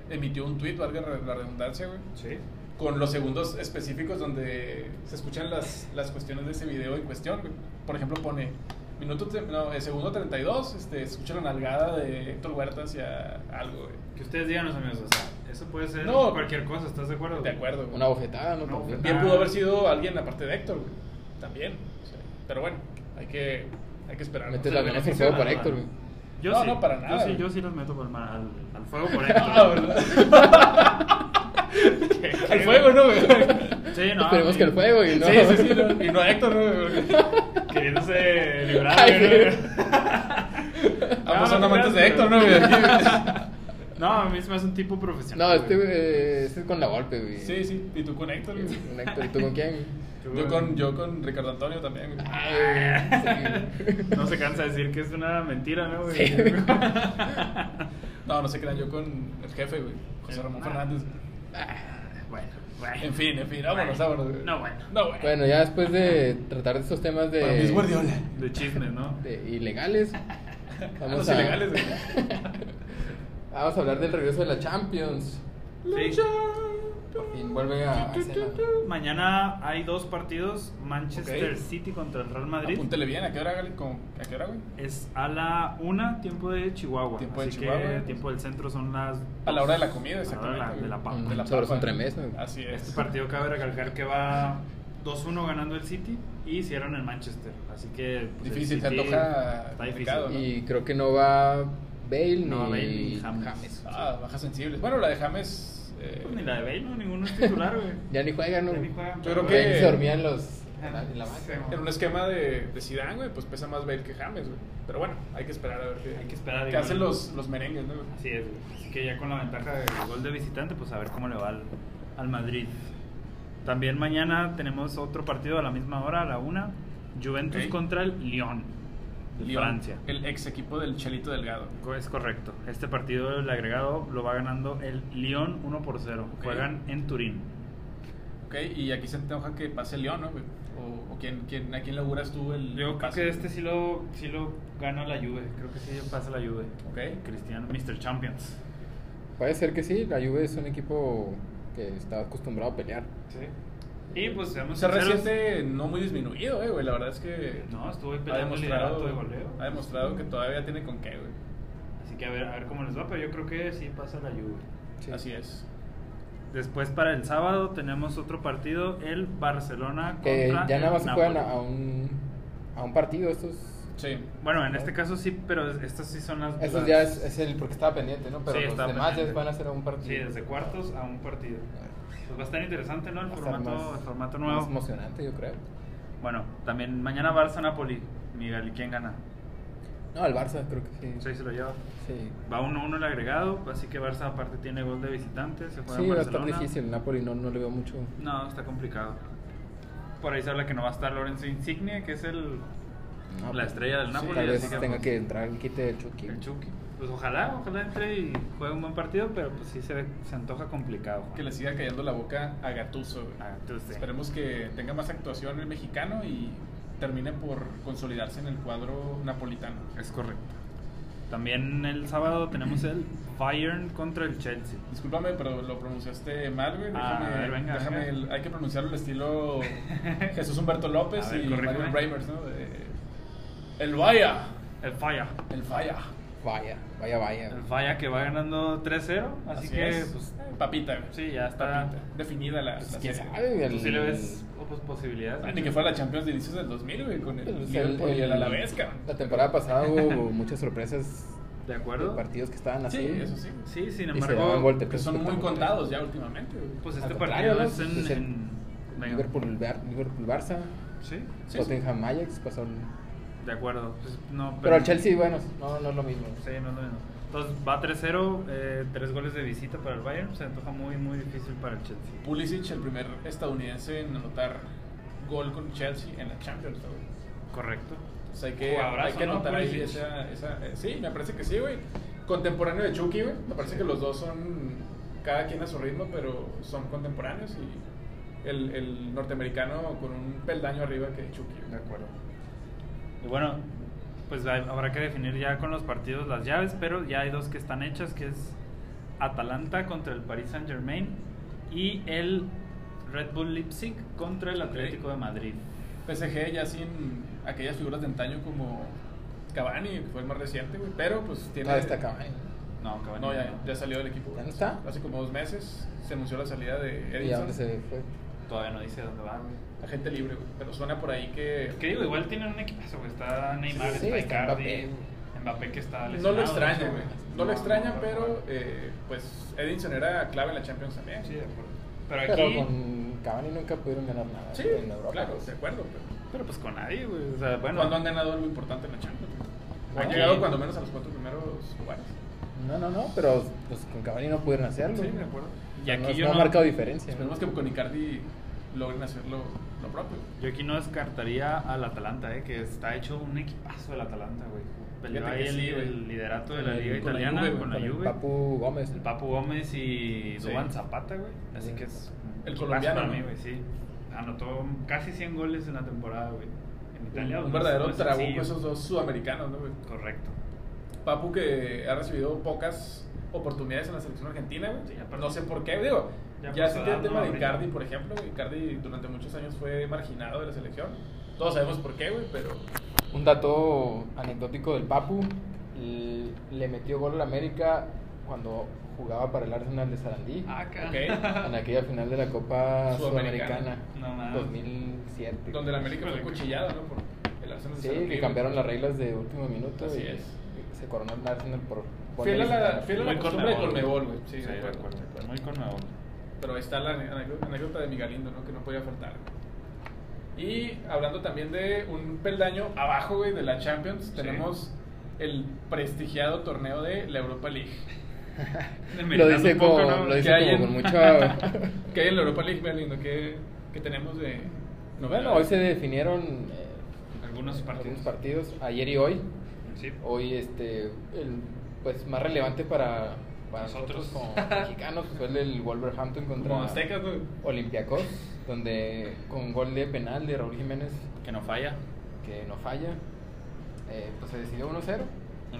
[SPEAKER 3] emitió un tuit, valga re- la redundancia, güey,
[SPEAKER 2] Sí.
[SPEAKER 3] con los segundos específicos donde se escuchan las, las cuestiones de ese video en cuestión, güey. Por ejemplo, pone minuto, tre- no, eh, segundo 32, este, se escucha la nalgada de Héctor Huerta hacia algo, güey.
[SPEAKER 2] Que ustedes digan los amigos, o sea, eso puede ser
[SPEAKER 3] No.
[SPEAKER 2] cualquier cosa, ¿estás de acuerdo?
[SPEAKER 3] De acuerdo, güey.
[SPEAKER 1] una bofetada, ¿no?
[SPEAKER 2] Una
[SPEAKER 1] También.
[SPEAKER 2] bofetada.
[SPEAKER 3] Bien pudo haber sido alguien aparte de Héctor, güey. También. o sea, pero bueno, hay que, hay que esperar. ¿no?
[SPEAKER 1] Metes
[SPEAKER 2] O sea,
[SPEAKER 1] la mano en el
[SPEAKER 2] beneficio
[SPEAKER 1] fuego
[SPEAKER 2] de
[SPEAKER 1] por
[SPEAKER 2] la
[SPEAKER 1] Héctor,
[SPEAKER 2] duda.
[SPEAKER 1] güey.
[SPEAKER 2] Yo
[SPEAKER 3] No,
[SPEAKER 2] sí,
[SPEAKER 3] no, para nada,
[SPEAKER 2] Yo sí,
[SPEAKER 3] güey.
[SPEAKER 2] yo sí los meto por ma- al, al fuego por
[SPEAKER 3] Ah,
[SPEAKER 2] Héctor.
[SPEAKER 3] ¿verdad?
[SPEAKER 2] ¿Qué- qué,
[SPEAKER 3] Al fuego, ¿no, güey?
[SPEAKER 2] Sí, no.
[SPEAKER 1] Esperemos
[SPEAKER 2] sí.
[SPEAKER 1] que el fuego y no.
[SPEAKER 3] Sí, sí, sí. no, Y no a Héctor, ¿no? güey?
[SPEAKER 2] Queriéndose librar,
[SPEAKER 1] Ay,
[SPEAKER 2] güey, ¿no?
[SPEAKER 1] sí.
[SPEAKER 2] No,
[SPEAKER 3] Vamos Ah, pues son
[SPEAKER 2] no
[SPEAKER 3] amantes de
[SPEAKER 2] creas,
[SPEAKER 3] Héctor, ¿no?
[SPEAKER 2] pero-
[SPEAKER 3] güey?
[SPEAKER 2] No, a mí se me hace un tipo profesional.
[SPEAKER 1] No, este,
[SPEAKER 2] güey.
[SPEAKER 1] eh, este es con la golpe, güey.
[SPEAKER 3] Sí, sí, y tú con Héctor. güey.
[SPEAKER 1] Un Héctor, ¿Y tú con quién?
[SPEAKER 3] Yo con, yo con Ricardo Antonio también. güey.
[SPEAKER 1] Ay, sí.
[SPEAKER 2] No se cansa de decir que es una mentira, ¿no, güey?
[SPEAKER 1] Sí, güey.
[SPEAKER 3] No, no se crean, yo con el jefe, güey. José Ramón
[SPEAKER 2] Ah.
[SPEAKER 3] Fernández.
[SPEAKER 2] bueno, bueno.
[SPEAKER 3] En fin, en fin, vámonos,
[SPEAKER 2] Bueno.
[SPEAKER 3] vámonos. güey.
[SPEAKER 2] No, bueno.
[SPEAKER 3] No, bueno.
[SPEAKER 1] Bueno, ya después de tratar de estos temas de...
[SPEAKER 3] Para mí es Guardiola.
[SPEAKER 2] De chismes, ¿no?
[SPEAKER 1] eh, de ilegales.
[SPEAKER 3] A los ilegales, güey.
[SPEAKER 1] Vamos a hablar del regreso de la Champions.
[SPEAKER 2] Sí.
[SPEAKER 1] Por fin vuelve a... a ser la-
[SPEAKER 2] Mañana hay dos partidos: Manchester
[SPEAKER 3] Ok.
[SPEAKER 2] City contra el Real Madrid.
[SPEAKER 3] Apúntele bien, ¿a qué hora, Gali? ¿Cómo? ¿A qué hora, güey?
[SPEAKER 2] Es a la una, tiempo de Chihuahua.
[SPEAKER 3] Tiempo de
[SPEAKER 2] así que
[SPEAKER 3] Chihuahua.
[SPEAKER 2] tiempo del centro son las.
[SPEAKER 3] A la hora de la comida,
[SPEAKER 2] a la hora
[SPEAKER 3] exactamente.
[SPEAKER 2] de la- de la papa.
[SPEAKER 1] Mm,
[SPEAKER 3] De la
[SPEAKER 1] sobre
[SPEAKER 3] papa.
[SPEAKER 1] son tres meses.
[SPEAKER 3] Así es.
[SPEAKER 2] Este partido cabe recalcar que va 2-1 ganando el City y cierran el Manchester. Así que. pues, el
[SPEAKER 3] Difícil, se
[SPEAKER 2] City
[SPEAKER 3] antoja
[SPEAKER 2] Está difícil.
[SPEAKER 3] complicado, ¿no?
[SPEAKER 1] Y creo que no va Bale
[SPEAKER 2] No,
[SPEAKER 1] ni
[SPEAKER 2] Bale ni James.
[SPEAKER 3] Ah, bajas sensibles. Bueno, la de James. eh,
[SPEAKER 2] Pues ni la de Bale, ¿no? Ninguno es titular, güey.
[SPEAKER 1] Ya ni juegan, ¿no?
[SPEAKER 2] Ya ni juegan,
[SPEAKER 3] Yo
[SPEAKER 2] pero
[SPEAKER 3] creo
[SPEAKER 1] Bale
[SPEAKER 3] que-
[SPEAKER 1] se dormía en los... En la, en la
[SPEAKER 2] Sí,
[SPEAKER 1] banca.
[SPEAKER 3] En un esquema de, de Zidane, güey, pues pesa más Bale que James, güey. Pero bueno, hay que esperar a ver qué,
[SPEAKER 2] Hay que esperar,
[SPEAKER 3] qué
[SPEAKER 2] igual.
[SPEAKER 3] hacen los, los merengues, ¿no? güey?
[SPEAKER 2] Así es, güey. Así que ya con la ventaja del gol de visitante, pues a ver cómo le va al, al Madrid. También mañana tenemos otro partido a la misma hora, a la una. Juventus
[SPEAKER 3] Ok.
[SPEAKER 2] contra el Lyon de
[SPEAKER 3] Lyon,
[SPEAKER 2] Francia.
[SPEAKER 3] El ex equipo del Chelito Delgado.
[SPEAKER 2] Co- Es correcto. Este partido, el agregado, lo va ganando el Lyon 1 por 0.
[SPEAKER 3] Ok.
[SPEAKER 2] Juegan en Turín.
[SPEAKER 3] Ok, y aquí se antoja que pase León, ¿no, güey? O, o quién, quién, ¿a quién le auguras tú el
[SPEAKER 2] Yo creo
[SPEAKER 3] pase?
[SPEAKER 2] que este sí lo, sí lo gana la Juve. Creo que sí pasa la Juve.
[SPEAKER 3] Ok.
[SPEAKER 2] Cristiano, Mr. Champions.
[SPEAKER 1] Puede ser que sí, la Juve es un equipo que está acostumbrado a pelear.
[SPEAKER 2] Y pues seamos
[SPEAKER 3] Se
[SPEAKER 2] sinceros,
[SPEAKER 3] resiente no muy disminuido, eh, güey. La verdad es que
[SPEAKER 2] No, estuvo ahí
[SPEAKER 3] ha
[SPEAKER 2] peleando el liderato
[SPEAKER 3] demostrado,
[SPEAKER 2] de goleo.
[SPEAKER 3] ha demostrado que todavía tiene con qué, güey.
[SPEAKER 2] Así que a ver, a ver cómo les va, pero yo creo que sí pasa la Juve.
[SPEAKER 1] Sí.
[SPEAKER 3] Así es.
[SPEAKER 2] Después para el sábado tenemos otro partido, el Barcelona
[SPEAKER 1] Que
[SPEAKER 2] contra
[SPEAKER 1] ya nada más
[SPEAKER 2] el
[SPEAKER 1] se juegan
[SPEAKER 2] Napoli.
[SPEAKER 1] a un, a un partido estos.
[SPEAKER 3] Sí.
[SPEAKER 2] Bueno, en este caso sí, pero estas sí son las
[SPEAKER 1] Estos
[SPEAKER 2] las-
[SPEAKER 1] ya es, es el porque estaba pendiente, ¿no? Pero
[SPEAKER 2] Sí,
[SPEAKER 1] los
[SPEAKER 2] estaba
[SPEAKER 1] demás ya
[SPEAKER 2] pendiente.
[SPEAKER 1] van a ser a un partido. Eh,
[SPEAKER 2] Sí, desde cuartos a un partido. Pues va a estar interesante, ¿no? El
[SPEAKER 1] Va a estar
[SPEAKER 2] formato,
[SPEAKER 1] más-
[SPEAKER 2] el formato
[SPEAKER 1] Más
[SPEAKER 2] nuevo.
[SPEAKER 1] emocionante, yo creo.
[SPEAKER 2] Bueno, también mañana Barça Napoli. Miguel, ¿y quién gana?
[SPEAKER 1] No, el Barça, creo que sí.
[SPEAKER 2] Sí, se lo lleva.
[SPEAKER 1] Sí.
[SPEAKER 2] Va 1-1 el agregado, así que Barça aparte tiene gol de visitante, se juega
[SPEAKER 1] Sí,
[SPEAKER 2] en
[SPEAKER 1] va a estar
[SPEAKER 2] Barcelona.
[SPEAKER 1] difícil. Napoli no, no le veo mucho.
[SPEAKER 2] No, está complicado. Por ahí se habla que no va a estar Lorenzo Insigne, que es el
[SPEAKER 1] No, pues,
[SPEAKER 2] La estrella del Napoli,
[SPEAKER 1] Tal
[SPEAKER 2] así
[SPEAKER 1] vez
[SPEAKER 2] que,
[SPEAKER 1] tenga
[SPEAKER 2] pues,
[SPEAKER 1] que entrar el quite de Chucky.
[SPEAKER 2] El Chucky. Pues ojalá, ojalá entre y juegue un buen partido, pero pues sí se, se antoja complicado. Juan.
[SPEAKER 3] Que le siga cayendo la boca a Gatuso, güey.
[SPEAKER 2] Ah, tú sí.
[SPEAKER 3] Este, Esperemos que tenga más actuación el mexicano y termine por consolidarse en el cuadro napolitano.
[SPEAKER 2] Es correcto. También el sábado tenemos el Bayern contra el Chelsea.
[SPEAKER 3] Discúlpame, pero lo pronunciaste mal, güey.
[SPEAKER 2] Ah,
[SPEAKER 3] Déjame,
[SPEAKER 2] a ver, venga,
[SPEAKER 3] déjame
[SPEAKER 2] venga.
[SPEAKER 3] el- hay que pronunciarlo al estilo Jesús Humberto López
[SPEAKER 2] A ver,
[SPEAKER 3] y
[SPEAKER 2] corrígeme.
[SPEAKER 3] Mario Reimers, ¿no? Eh, el Vaya,
[SPEAKER 2] El Falla.
[SPEAKER 3] el Falla.
[SPEAKER 1] Vaya, vaya, vaya.
[SPEAKER 2] El Falla que va ganando 3-0, así, que
[SPEAKER 3] es.
[SPEAKER 2] pues
[SPEAKER 3] Eh, papita, güey.
[SPEAKER 2] sí, ya está.
[SPEAKER 3] Papita. Definida la,
[SPEAKER 1] Pues,
[SPEAKER 3] la
[SPEAKER 1] ¿Quién
[SPEAKER 3] serie.
[SPEAKER 1] sabe?
[SPEAKER 2] Tú
[SPEAKER 1] El-
[SPEAKER 2] sí le ves oh, pues, posibilidades.
[SPEAKER 3] Ah, Ni que fuera la Champions de inicios del 2000, güey, con el,
[SPEAKER 1] Pues,
[SPEAKER 3] Liverpool
[SPEAKER 1] el-
[SPEAKER 3] y el
[SPEAKER 1] el-
[SPEAKER 3] Alavés, cabrón.
[SPEAKER 1] La temporada pasada hubo muchas sorpresas
[SPEAKER 2] ¿De
[SPEAKER 1] de
[SPEAKER 2] acuerdo?
[SPEAKER 1] partidos que estaban así.
[SPEAKER 3] Sí, eso sí.
[SPEAKER 2] Sí, sin
[SPEAKER 1] Y se daban
[SPEAKER 2] embargo,
[SPEAKER 1] vueltas.
[SPEAKER 3] Que son muy
[SPEAKER 1] Espectacular.
[SPEAKER 3] contados ya últimamente, güey.
[SPEAKER 2] pues
[SPEAKER 1] Al
[SPEAKER 2] este
[SPEAKER 1] contrario,
[SPEAKER 2] partido
[SPEAKER 1] ¿no?
[SPEAKER 2] es en,
[SPEAKER 1] Es el
[SPEAKER 2] en- venga.
[SPEAKER 1] Liverpool, Bar- Liverpool Barça,
[SPEAKER 2] Sí,
[SPEAKER 3] Sí,
[SPEAKER 1] Tottenham Ajax pasaron.
[SPEAKER 2] de acuerdo. Pues, no,
[SPEAKER 1] Pero el Chelsea, bueno, no, no es lo mismo.
[SPEAKER 2] Sí, no es lo mismo. Entonces va 3-0, eh, tres goles de visita para el Bayern. Se antoja muy, muy difícil para el Chelsea.
[SPEAKER 3] Pulisic, el primer estadounidense en anotar gol con Chelsea en la Champions, güey.
[SPEAKER 2] Correcto.
[SPEAKER 3] O sea, hay que,
[SPEAKER 2] Jugadorazo,
[SPEAKER 3] hay que
[SPEAKER 2] ¿no?
[SPEAKER 3] anotar ahí
[SPEAKER 2] Pulisic.
[SPEAKER 3] esa, esa- eh, Sí, me parece que sí, güey. Contemporáneo de Chucky, güey. Me parece que los dos son cada quien a su ritmo, pero son contemporáneos y el, el norteamericano con un peldaño arriba que Chucky. güey.
[SPEAKER 2] acuerdo. Y bueno, pues hay- habrá que definir ya con los partidos las llaves, pero ya hay dos que están hechas, que es Atalanta contra el Paris Saint Germain y el Red Bull Leipzig contra el Atlético de Madrid.
[SPEAKER 3] PSG ya sin aquellas figuras de antaño como Cavani, que fue el más reciente, güey. Pero pues tiene.
[SPEAKER 1] Ah, está Cavani.
[SPEAKER 2] No, Cavani
[SPEAKER 3] No, ya,
[SPEAKER 2] no.
[SPEAKER 3] ya salió del equipo.
[SPEAKER 1] ¿Ya
[SPEAKER 3] güey.
[SPEAKER 1] no está?
[SPEAKER 3] Hace como dos meses se anunció la salida de
[SPEAKER 1] ¿Y a dónde
[SPEAKER 3] Edison.
[SPEAKER 1] se fue?
[SPEAKER 2] Todavía no dice dónde va.
[SPEAKER 3] La gente libre, güey. Pero suena por ahí que.
[SPEAKER 2] Que digo, igual tienen un equipazo, güey. Está Neymar,
[SPEAKER 1] Sí,
[SPEAKER 2] está
[SPEAKER 1] está
[SPEAKER 2] Icardi,
[SPEAKER 1] Mbappé.
[SPEAKER 2] Mbappé. que está
[SPEAKER 3] No
[SPEAKER 2] lesionado.
[SPEAKER 3] lo extraña,
[SPEAKER 2] hecho,
[SPEAKER 3] güey. No lo extraña, pero eh, pues Edinson era clave en la Champions también.
[SPEAKER 2] Sí,
[SPEAKER 3] Sí,
[SPEAKER 2] de acuerdo. Pero aquí...
[SPEAKER 1] Pero con Cavani nunca pudieron ganar nada en Europa.
[SPEAKER 3] claro, de acuerdo. Pero
[SPEAKER 2] Pero pues con nadie, güey. O sea, bueno.
[SPEAKER 3] ¿Cuándo han ganado algo importante en la Champions? güey? Han
[SPEAKER 1] Aquí-
[SPEAKER 3] llegado cuando menos a los cuatro primeros lugares.
[SPEAKER 1] No, no, no, pero pues con Cavani no pudieron hacerlo.
[SPEAKER 3] Sí, de acuerdo.
[SPEAKER 2] Y aquí
[SPEAKER 1] no,
[SPEAKER 2] yo
[SPEAKER 1] no ha
[SPEAKER 2] no-
[SPEAKER 1] marcado diferencia.
[SPEAKER 3] Esperemos que con Icardi logren hacer lo, lo propio.
[SPEAKER 2] Yo aquí no descartaría al Atalanta, eh, que está hecho un equipazo el Atalanta, güey. Peleó
[SPEAKER 3] Fíjate que
[SPEAKER 2] ahí el,
[SPEAKER 3] sí, güey.
[SPEAKER 2] el liderato de la
[SPEAKER 3] Con
[SPEAKER 2] liga
[SPEAKER 3] la Juve,
[SPEAKER 2] italiana
[SPEAKER 3] güey,
[SPEAKER 2] con la
[SPEAKER 1] el
[SPEAKER 2] Juve.
[SPEAKER 1] Papu Gómez.
[SPEAKER 2] El Papu Gómez y
[SPEAKER 3] Sí.
[SPEAKER 2] Duban Zapata, güey. Así que es un
[SPEAKER 3] El
[SPEAKER 2] equipazo
[SPEAKER 3] colombiano,
[SPEAKER 2] para
[SPEAKER 3] ¿no?
[SPEAKER 2] mí, güey, sí. Anotó casi 100 goles en la temporada, güey. En Italia.
[SPEAKER 3] Un
[SPEAKER 2] no
[SPEAKER 3] verdadero
[SPEAKER 2] es- no es
[SPEAKER 3] trabuco
[SPEAKER 2] sencillo.
[SPEAKER 3] esos dos sudamericanos, ¿no, güey?
[SPEAKER 2] Correcto.
[SPEAKER 3] Papu que ha recibido pocas oportunidades en la selección argentina, güey.
[SPEAKER 2] Sí, aparte-
[SPEAKER 3] no sé por qué, digo.
[SPEAKER 2] Ya
[SPEAKER 3] Ya
[SPEAKER 2] por
[SPEAKER 3] sí
[SPEAKER 2] su
[SPEAKER 3] que el
[SPEAKER 2] edad,
[SPEAKER 3] tema
[SPEAKER 2] ¿no?
[SPEAKER 3] de
[SPEAKER 2] Ahorita.
[SPEAKER 3] Icardi, por ejemplo, güey. Icardi durante muchos años fue marginado de la selección. Todos sabemos por qué, güey, pero
[SPEAKER 1] Un dato anecdótico del Papu, l- le metió gol al América cuando jugaba para el Arsenal de Sarandí
[SPEAKER 3] Ah,
[SPEAKER 2] Acá.
[SPEAKER 3] Ok.
[SPEAKER 1] en aquella final de la Copa
[SPEAKER 3] Sudamericana.
[SPEAKER 1] Sudamericana,
[SPEAKER 2] No mames.
[SPEAKER 1] 2007.
[SPEAKER 3] donde el América fue cuchillado, ¿no? Por el Arsenal de
[SPEAKER 1] Sí,
[SPEAKER 3] Sarandí,
[SPEAKER 1] que
[SPEAKER 3] güey.
[SPEAKER 1] cambiaron las reglas de último minuto
[SPEAKER 3] Así
[SPEAKER 1] y
[SPEAKER 3] es.
[SPEAKER 1] se coronó el Arsenal por por
[SPEAKER 3] Fiel a la,
[SPEAKER 1] visitante.
[SPEAKER 3] fiel a la
[SPEAKER 2] Muy
[SPEAKER 3] costumbre de
[SPEAKER 2] Conmebol,
[SPEAKER 3] Conmebol, güey. Sí,
[SPEAKER 2] Sí,
[SPEAKER 3] de acuerdo.
[SPEAKER 2] Muy con
[SPEAKER 3] Pero ahí está la anécdota anécdota de Migalindo, ¿no? Que no podía faltar. Y hablando también de un peldaño abajo, güey, de la Champions,
[SPEAKER 2] Sí.
[SPEAKER 3] tenemos el prestigiado torneo de la Europa League.
[SPEAKER 1] Lo dice como, lo dice
[SPEAKER 3] Que hay
[SPEAKER 1] como
[SPEAKER 3] en-
[SPEAKER 1] con mucha...
[SPEAKER 3] ¿Qué hay en la Europa League, Migalindo? ¿Qué, qué tenemos de
[SPEAKER 1] bueno, hoy se definieron eh,
[SPEAKER 2] Algunos partidos.
[SPEAKER 1] algunos partidos, ayer y hoy.
[SPEAKER 2] Sí.
[SPEAKER 1] Hoy, este, el pues más relevante para, para nosotros.
[SPEAKER 2] Nosotros.
[SPEAKER 1] como mexicanos pues, fue el del Wolverhampton
[SPEAKER 3] Como
[SPEAKER 1] contra
[SPEAKER 3] aztecas, güey.
[SPEAKER 1] Olympiacos, donde con gol de penal de Raúl Jiménez,
[SPEAKER 2] Que no falla.
[SPEAKER 1] que no falla, eh, pues se decidió 1-0.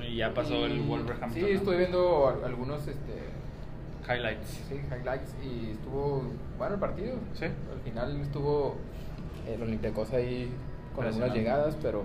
[SPEAKER 2] Y ya pasó
[SPEAKER 1] Y-
[SPEAKER 2] el Wolverhampton.
[SPEAKER 1] Sí,
[SPEAKER 2] ¿no?
[SPEAKER 1] estuve viendo al- algunos este,
[SPEAKER 2] Highlights.
[SPEAKER 1] Sí, highlights y estuvo bueno el partido.
[SPEAKER 2] Sí.
[SPEAKER 1] Al final estuvo eh, el Olympiacos ahí con algunas
[SPEAKER 2] Presionando.
[SPEAKER 1] llegadas, pero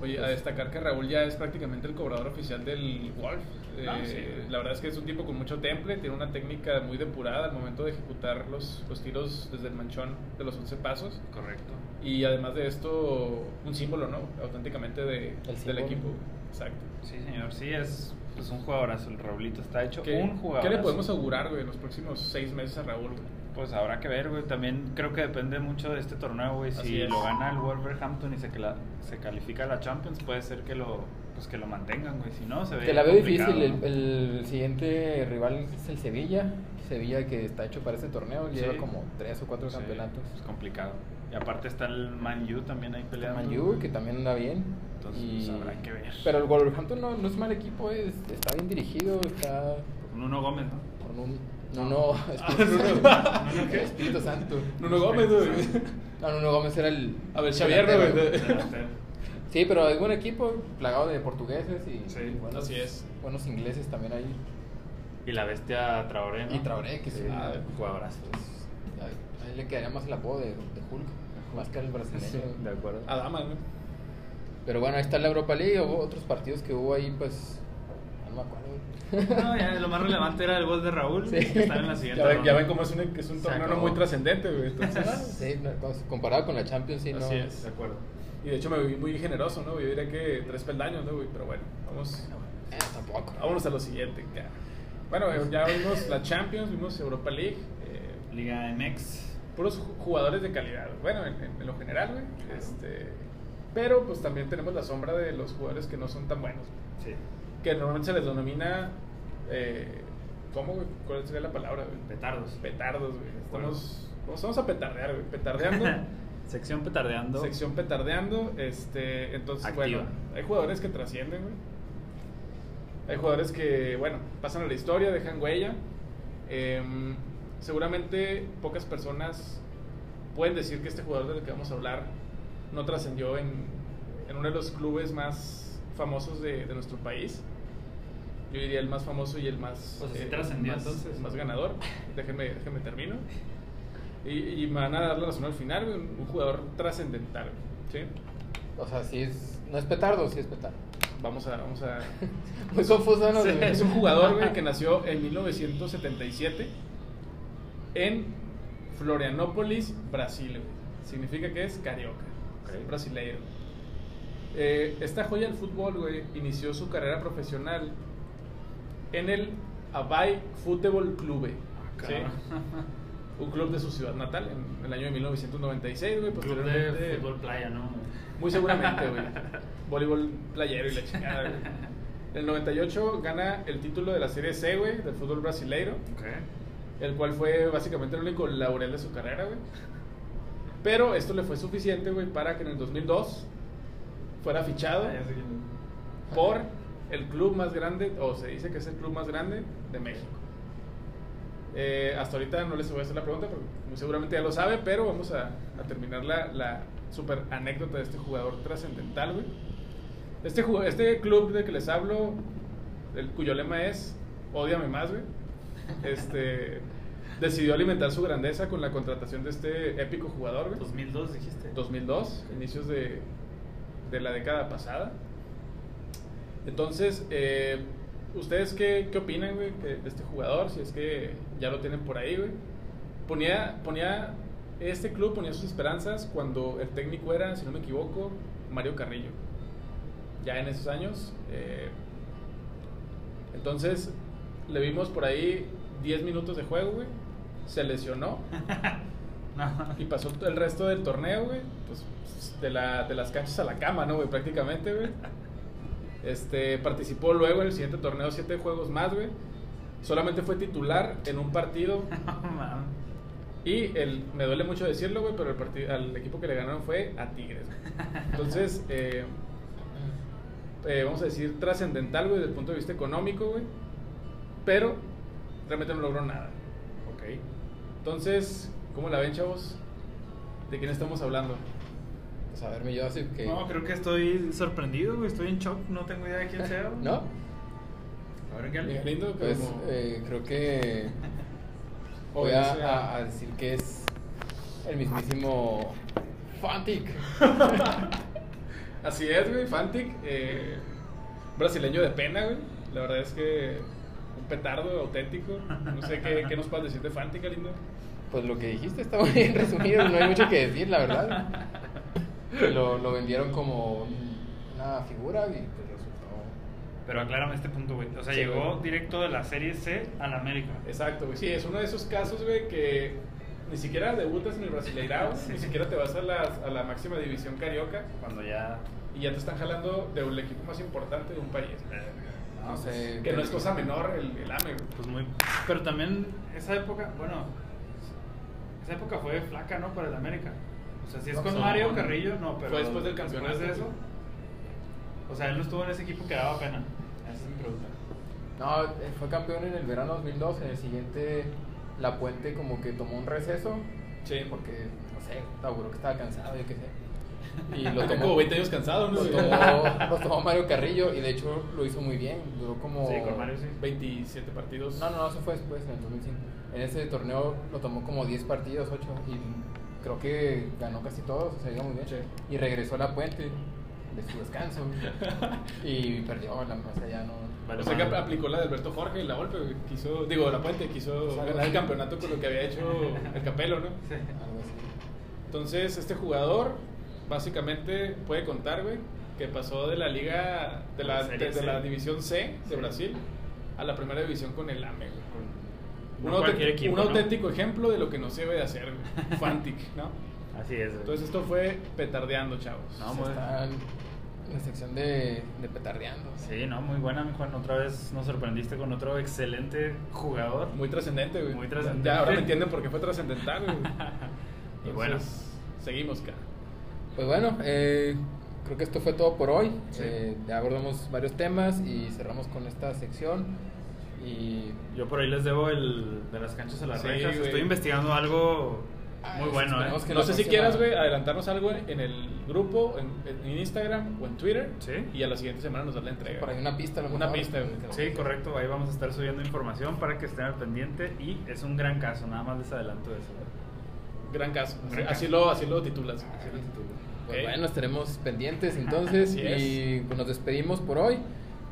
[SPEAKER 3] Oye,
[SPEAKER 1] Pues
[SPEAKER 3] a destacar que Raúl ya es prácticamente el cobrador oficial del Wolf. Eh,
[SPEAKER 2] Ah, sí.
[SPEAKER 3] La verdad es que es un tipo con mucho temple, tiene una técnica muy depurada al momento de ejecutar los, los tiros desde el manchón de los 11 pasos.
[SPEAKER 2] Correcto.
[SPEAKER 3] Y además de esto, un símbolo, ¿no? Auténticamente de, del
[SPEAKER 1] símbolo.
[SPEAKER 3] equipo. Exacto.
[SPEAKER 2] Sí, señor. Sí, es pues, un jugadorazo. El Raulito está hecho
[SPEAKER 3] ¿Qué,
[SPEAKER 2] un jugador.
[SPEAKER 3] qué le podemos augurar, güey, en los próximos seis meses a Raúl? güey?
[SPEAKER 2] Pues habrá que ver, güey. También creo que depende mucho de este torneo, güey.
[SPEAKER 3] Así
[SPEAKER 2] Si
[SPEAKER 3] es.
[SPEAKER 2] lo gana el Wolverhampton y se, cla- se califica a la Champions, puede ser que lo, pues, que lo mantengan, güey. Si no, se ve.
[SPEAKER 1] te la veo
[SPEAKER 2] complicado,
[SPEAKER 1] difícil. El,
[SPEAKER 2] ¿no?
[SPEAKER 1] el siguiente rival es el Sevilla. Sevilla que está hecho para este torneo, lleva
[SPEAKER 2] Sí.
[SPEAKER 1] como tres o cuatro
[SPEAKER 2] Sí,
[SPEAKER 1] campeonatos.
[SPEAKER 2] Es complicado. Y aparte está el Man U también ahí
[SPEAKER 1] Está
[SPEAKER 2] peleando.
[SPEAKER 1] Man U, que también anda bien.
[SPEAKER 2] Entonces, pues, habrá que ver.
[SPEAKER 1] Pero el Wolverhampton no, no es mal equipo, es- está bien dirigido, está
[SPEAKER 2] Con Nuno Gómez, ¿no? Ah.
[SPEAKER 1] con un... No, no,
[SPEAKER 3] Ah.
[SPEAKER 2] Nuno, ¿qué?
[SPEAKER 1] Espíritu Santo.
[SPEAKER 3] Nuno Gómez, güey.
[SPEAKER 1] No, Nuno Gómez era el...
[SPEAKER 3] A ver, Xavier,
[SPEAKER 1] delantero.
[SPEAKER 3] güey.
[SPEAKER 2] Delantero.
[SPEAKER 1] Sí, pero es buen equipo, plagado de portugueses y,
[SPEAKER 2] Sí,
[SPEAKER 1] y buenos,
[SPEAKER 3] así es.
[SPEAKER 1] buenos ingleses también ahí.
[SPEAKER 2] Y la bestia Traoré, ¿no?
[SPEAKER 1] Y Traoré, que es un-
[SPEAKER 2] Ah, jugadorazo.
[SPEAKER 1] Pues, a- a él le quedaría más el apodo de, de Hulk, más que al brasileño.
[SPEAKER 2] de acuerdo.
[SPEAKER 1] Ah.
[SPEAKER 3] Adama, ¿no?
[SPEAKER 1] Pero bueno, ahí está la Europa League, hubo otros partidos que hubo ahí, pues, no me acuerdo.
[SPEAKER 2] No, ya, lo más relevante era el gol de Raúl,
[SPEAKER 1] Sí.
[SPEAKER 2] que estaba en la siguiente
[SPEAKER 3] Ya ven,
[SPEAKER 2] ronda.
[SPEAKER 3] ya ven cómo es un, que es un
[SPEAKER 2] Se
[SPEAKER 3] torneo no
[SPEAKER 2] acabó.
[SPEAKER 3] muy trascendente, güey. Entonces,
[SPEAKER 1] Sí, no, pues, comparado con la Champions, sí, no.
[SPEAKER 3] Así es.
[SPEAKER 2] De acuerdo.
[SPEAKER 3] Y de hecho me vi muy generoso, ¿no? Yo diría que tres peldaños, ¿no, güey? Pero bueno, vamos,
[SPEAKER 1] Eh, tampoco.
[SPEAKER 3] vámonos a lo siguiente. ya. Bueno, eh, ya vimos la Champions, vimos Europa League. eh,
[SPEAKER 2] Liga MX.
[SPEAKER 3] puros ju- jugadores de calidad, bueno, en, en- en lo general, güey. Este, pero pues también tenemos la sombra de los jugadores que no son tan buenos.
[SPEAKER 2] Sí.
[SPEAKER 3] Que normalmente se les denomina... eh, ¿Cómo, güey? ¿Cuál sería la palabra, güey?
[SPEAKER 2] Petardos.
[SPEAKER 3] Petardos, güey.
[SPEAKER 2] Bueno.
[SPEAKER 3] Estamos, vamos- vamos a petardear, güey. Petardeando.
[SPEAKER 2] Sección petardeando.
[SPEAKER 3] Sección petardeando, este, entonces
[SPEAKER 2] Activa.
[SPEAKER 3] bueno, hay jugadores que trascienden, güey. Hay jugadores que, bueno, pasan a la historia, dejan huella. Em, seguramente pocas personas pueden decir que este jugador del que vamos a hablar no trascendió en, en uno de los clubes más famosos de, de nuestro país. Yo diría el más famoso y el más, eh,
[SPEAKER 2] O sea, sí Pues trascendió,
[SPEAKER 3] más,
[SPEAKER 2] entonces.
[SPEAKER 3] más ganador. Déjenme, déjenme termino. Y, y me van a dar la razón al final, güey, un, un jugador trascendental. güey, ¿sí?
[SPEAKER 1] O sea, sí es. No es petardo, sí es petardo.
[SPEAKER 3] Vamos a... Vamos a
[SPEAKER 1] Muy confuso, ¿no?
[SPEAKER 3] Sí,
[SPEAKER 1] Güey?
[SPEAKER 3] es un jugador güey, que nació en 1977 en Florianópolis, Brasil. güey. Significa que es carioca,
[SPEAKER 2] Ok.
[SPEAKER 3] brasileiro. Eh, esta joya del fútbol güey, inició su carrera profesional en el Abai Futebol Clube.
[SPEAKER 2] Ah,
[SPEAKER 3] ¿sí?
[SPEAKER 2] cabrón.
[SPEAKER 3] un club de su ciudad natal en el año de 1996, güey.
[SPEAKER 2] Club
[SPEAKER 3] posteriormente-
[SPEAKER 2] de fútbol playa, ¿no?
[SPEAKER 3] Muy seguramente, güey. Voleibol playero y la chingada, güey. En el 98 gana el título de la Serie C, güey, del fútbol brasileiro,
[SPEAKER 2] Ok.
[SPEAKER 3] el cual fue básicamente el único laurel de su carrera, güey. Pero esto le fue suficiente, güey, para que en el 2002 fuera fichado
[SPEAKER 2] Ah, ya sé quién.
[SPEAKER 3] por el club más grande, o se dice que es el club más grande de México. Eh, hasta ahorita no les voy a hacer la pregunta, porque muy seguramente ya lo sabe, pero vamos a, a terminar la, la super anécdota de este jugador trascendental, güey. Este, ju- este club de que les hablo, el, cuyo lema es Ódiame más, güey. Este, decidió alimentar su grandeza con la contratación de este épico jugador, güey.
[SPEAKER 2] 2002 dijiste.
[SPEAKER 3] 2002, inicios de, de la década pasada. Entonces, eh, ¿ustedes qué, qué opinan güey, que- de este jugador? Si es que ya lo tienen por ahí, güey. Ponía, ponía, este club ponía sus esperanzas cuando el técnico era, si no me equivoco, Mario Carrillo. Ya en esos años. eh, entonces, le vimos por ahí 10 minutos de juego, güey. Se lesionó.
[SPEAKER 2] No.
[SPEAKER 3] Y pasó el resto del torneo, güey. Pues de, la, de las canchas a la cama, ¿no, güey? Prácticamente, güey. Este, participó luego en el siguiente torneo, siete juegos más, güey. Solamente fue titular en un partido.
[SPEAKER 2] No, mames.
[SPEAKER 3] Y el, me duele mucho decirlo, güey, pero el partido, al equipo que le ganaron fue a Tigres. güey. Entonces, eh, eh, vamos a decir, trascendental, güey, desde el punto de vista económico, güey. Pero realmente no logró nada.
[SPEAKER 2] Ok.
[SPEAKER 3] Entonces, ¿cómo la ven, chavos? ¿De quién estamos hablando?
[SPEAKER 1] Pues a verme yo así
[SPEAKER 3] Eh.
[SPEAKER 1] que...
[SPEAKER 2] No, creo que estoy sorprendido, güey. Estoy en shock. No tengo idea de quién sea. güey.
[SPEAKER 1] ¿No?
[SPEAKER 2] A ver, ¿qué
[SPEAKER 3] Miguel Lindo,
[SPEAKER 1] Pues
[SPEAKER 3] como-
[SPEAKER 1] eh, creo que
[SPEAKER 3] o
[SPEAKER 1] voy
[SPEAKER 3] bien
[SPEAKER 1] a,
[SPEAKER 3] sea-
[SPEAKER 1] a- a decir que es el mismísimo Fantic.
[SPEAKER 3] Así es, güey, Fantic, eh, brasileño de pena, güey. La verdad es que un petardo auténtico. No sé qué, qué nos puedes decir de Fantic, lindo.
[SPEAKER 1] Pues lo que dijiste está muy bien resumido, no hay mucho que decir, la verdad. Lo, lo vendieron como una figura y pues resultó.
[SPEAKER 2] Pero aclárame este punto, güey. O sea,
[SPEAKER 3] Sí,
[SPEAKER 2] llegó
[SPEAKER 3] güey.
[SPEAKER 2] directo de la Serie C a la América.
[SPEAKER 3] Exacto, güey. Sí, es uno de esos casos, güey, que ni siquiera debutas en el Brasileirao,
[SPEAKER 2] Sí.
[SPEAKER 3] ni siquiera te vas a, las- a la máxima división carioca
[SPEAKER 2] Cuando ya.
[SPEAKER 3] y ya te están jalando de un equipo más importante de un país.
[SPEAKER 1] Eh, No sé.
[SPEAKER 3] Que no es cosa menor el, el AME, güey.
[SPEAKER 2] Pues muy. Pero también esa época, bueno. Esa época fue flaca, ¿no? Para el América. O sea, si es
[SPEAKER 1] No,
[SPEAKER 2] con
[SPEAKER 1] no,
[SPEAKER 2] Mario
[SPEAKER 1] no.
[SPEAKER 2] Carrillo, no, pero.
[SPEAKER 3] Fue después del campeonato,
[SPEAKER 2] de eso.
[SPEAKER 3] güey.
[SPEAKER 2] O sea, él no estuvo en ese equipo que daba pena. Esa es mi pregunta.
[SPEAKER 1] No, eh, fue campeón en el verano 2002. En el siguiente, La Puente como que tomó un receso.
[SPEAKER 3] Sí,
[SPEAKER 1] Porque, no sé, seguro que estaba cansado, yo qué sé. Y lo
[SPEAKER 3] Tengo
[SPEAKER 1] tomó,
[SPEAKER 3] como 20 años cansado, ¿no?
[SPEAKER 1] lo, tomó, lo tomó Mario Carrillo y de hecho lo hizo muy bien. Duró como.
[SPEAKER 2] Sí, con Mario sí.
[SPEAKER 3] 27 partidos.
[SPEAKER 1] No, no, no, eso fue después, en el 2005. En ese torneo lo tomó como 10 partidos, 8, y creo que ganó casi todos, o sea, iba muy bien.
[SPEAKER 3] Sí.
[SPEAKER 1] Y regresó a la puente de su descanso, y perdió, la, o sea, ya no...
[SPEAKER 2] Vale,
[SPEAKER 3] O sea que
[SPEAKER 2] madre.
[SPEAKER 3] aplicó la de Alberto Jorge y la Volpe, güey, quiso, digo, la Puente quiso
[SPEAKER 1] O sea,
[SPEAKER 3] ganar el campeonato con lo que había hecho el Capelo, ¿no?
[SPEAKER 2] Sí.
[SPEAKER 1] Algo así.
[SPEAKER 3] Entonces, este jugador básicamente puede contar, güey, que pasó de la liga, de la,
[SPEAKER 2] La Serie
[SPEAKER 3] de- de
[SPEAKER 2] C.
[SPEAKER 3] la división C de
[SPEAKER 2] Sí.
[SPEAKER 3] Brasil a la primera división con el AME, güey.
[SPEAKER 2] No
[SPEAKER 3] Un, autént-
[SPEAKER 2] cualquier equipo,
[SPEAKER 3] un
[SPEAKER 2] ¿no?
[SPEAKER 3] auténtico ejemplo de lo que no se debe de hacer, güey. Fantic, ¿no?
[SPEAKER 2] Así es, güey.
[SPEAKER 3] Entonces, esto fue petardeando, chavos.
[SPEAKER 2] No,
[SPEAKER 1] O sea,
[SPEAKER 2] muy-
[SPEAKER 1] está en la sección de, de petardeando.
[SPEAKER 2] Sí, no, muy buena, mi Juan. Otra vez nos sorprendiste con otro excelente jugador.
[SPEAKER 3] Muy trascendente, güey.
[SPEAKER 2] Muy trascendente.
[SPEAKER 3] Ya ahora me entienden por qué fue trascendental, güey.
[SPEAKER 2] Y bueno.
[SPEAKER 3] Entonces, Seguimos, cara.
[SPEAKER 1] Pues bueno, eh, creo que esto fue todo por hoy.
[SPEAKER 3] Sí.
[SPEAKER 1] Eh, abordamos varios temas y cerramos con esta sección. Y
[SPEAKER 2] Yo por ahí les debo el de las canchas a las
[SPEAKER 3] Sí,
[SPEAKER 2] rejas.
[SPEAKER 3] güey.
[SPEAKER 2] Estoy investigando algo
[SPEAKER 1] Ay,
[SPEAKER 2] muy bueno, ¿eh?
[SPEAKER 1] esperemos que
[SPEAKER 3] no
[SPEAKER 1] la
[SPEAKER 3] sé si
[SPEAKER 1] próxima-
[SPEAKER 3] quieras, güey, adelantarnos algo en, en el grupo, en, en Instagram o en Twitter.
[SPEAKER 2] Sí.
[SPEAKER 3] Y a la siguiente semana nos das la entrega.
[SPEAKER 1] por ahí una pista, a lo
[SPEAKER 3] Una
[SPEAKER 1] mejor.
[SPEAKER 3] pista, güey.
[SPEAKER 2] Sí, correcto. Ahí vamos a estar subiendo información para que estén al pendiente. Y es un gran caso, nada más les adelanto eso.
[SPEAKER 3] Gran caso.
[SPEAKER 2] Un
[SPEAKER 3] Así-
[SPEAKER 2] gran
[SPEAKER 3] así,
[SPEAKER 2] caso.
[SPEAKER 3] Lo, así lo titulas. güey.
[SPEAKER 2] Así lo titulo.
[SPEAKER 1] Pues
[SPEAKER 3] Ok.
[SPEAKER 1] bueno, estaremos pendientes entonces
[SPEAKER 3] Así es.
[SPEAKER 1] y pues, nos despedimos por hoy,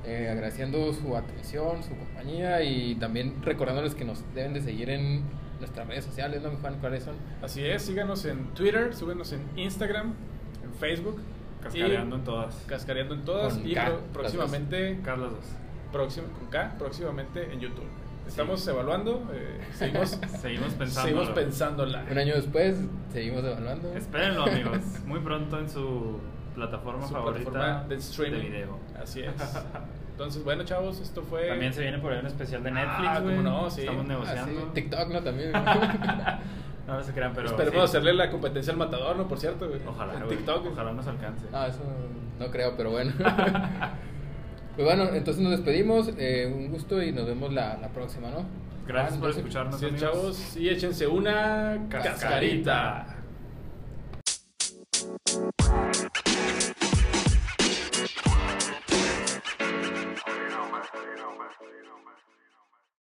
[SPEAKER 1] eh, agradeciendo su atención, su compañía y también recordándoles que nos deben de seguir en nuestras redes sociales, ¿no, mi Juan? ¿Cuáles son?
[SPEAKER 3] Así es, síganos en Twitter, súbenos en Instagram, en Facebook.
[SPEAKER 2] Cascareando
[SPEAKER 3] y-
[SPEAKER 2] en todas.
[SPEAKER 3] Cascareando en todas.
[SPEAKER 1] Con
[SPEAKER 3] y
[SPEAKER 1] K,
[SPEAKER 3] pro-
[SPEAKER 1] las dos.
[SPEAKER 3] próximamente,
[SPEAKER 2] Carlos 2.
[SPEAKER 3] próximo, con K, próximamente en YouTube. Estamos evaluando, eh, seguimos,
[SPEAKER 2] Seguimos pensando.
[SPEAKER 3] seguimos pensándola.
[SPEAKER 1] Un año después, seguimos evaluando.
[SPEAKER 2] Espérenlo, amigos. Muy pronto en su plataforma
[SPEAKER 3] Su
[SPEAKER 2] favorita
[SPEAKER 3] plataforma de streaming.
[SPEAKER 2] video.
[SPEAKER 3] Así es. Entonces, bueno, chavos, esto fue.
[SPEAKER 2] También se viene por ahí un especial de Netflix,
[SPEAKER 3] Ah,
[SPEAKER 2] güey.
[SPEAKER 3] cómo no, sí.
[SPEAKER 2] Estamos
[SPEAKER 3] Ah,
[SPEAKER 1] Ah, sí,
[SPEAKER 2] negociando.
[SPEAKER 1] TikTok, ¿no? También.
[SPEAKER 2] No, no se crean, pero.
[SPEAKER 3] Esperemos
[SPEAKER 2] sí.
[SPEAKER 3] hacerle la competencia al matador, ¿no? Por cierto, güey.
[SPEAKER 2] Ojalá,
[SPEAKER 3] En
[SPEAKER 2] güey.
[SPEAKER 3] TikTok. Ah,
[SPEAKER 2] Ojalá nos alcance.
[SPEAKER 1] No, Ah, eso no creo, pero bueno. Pues bueno, entonces nos despedimos. eh, un gusto y nos vemos la, la próxima, ¿no?
[SPEAKER 2] Gracias
[SPEAKER 1] Ah,
[SPEAKER 2] por
[SPEAKER 1] entonces-
[SPEAKER 2] escucharnos,
[SPEAKER 3] Así es,
[SPEAKER 2] amigos.
[SPEAKER 3] chavos. Y échense una cascarita.
[SPEAKER 2] Cascarita.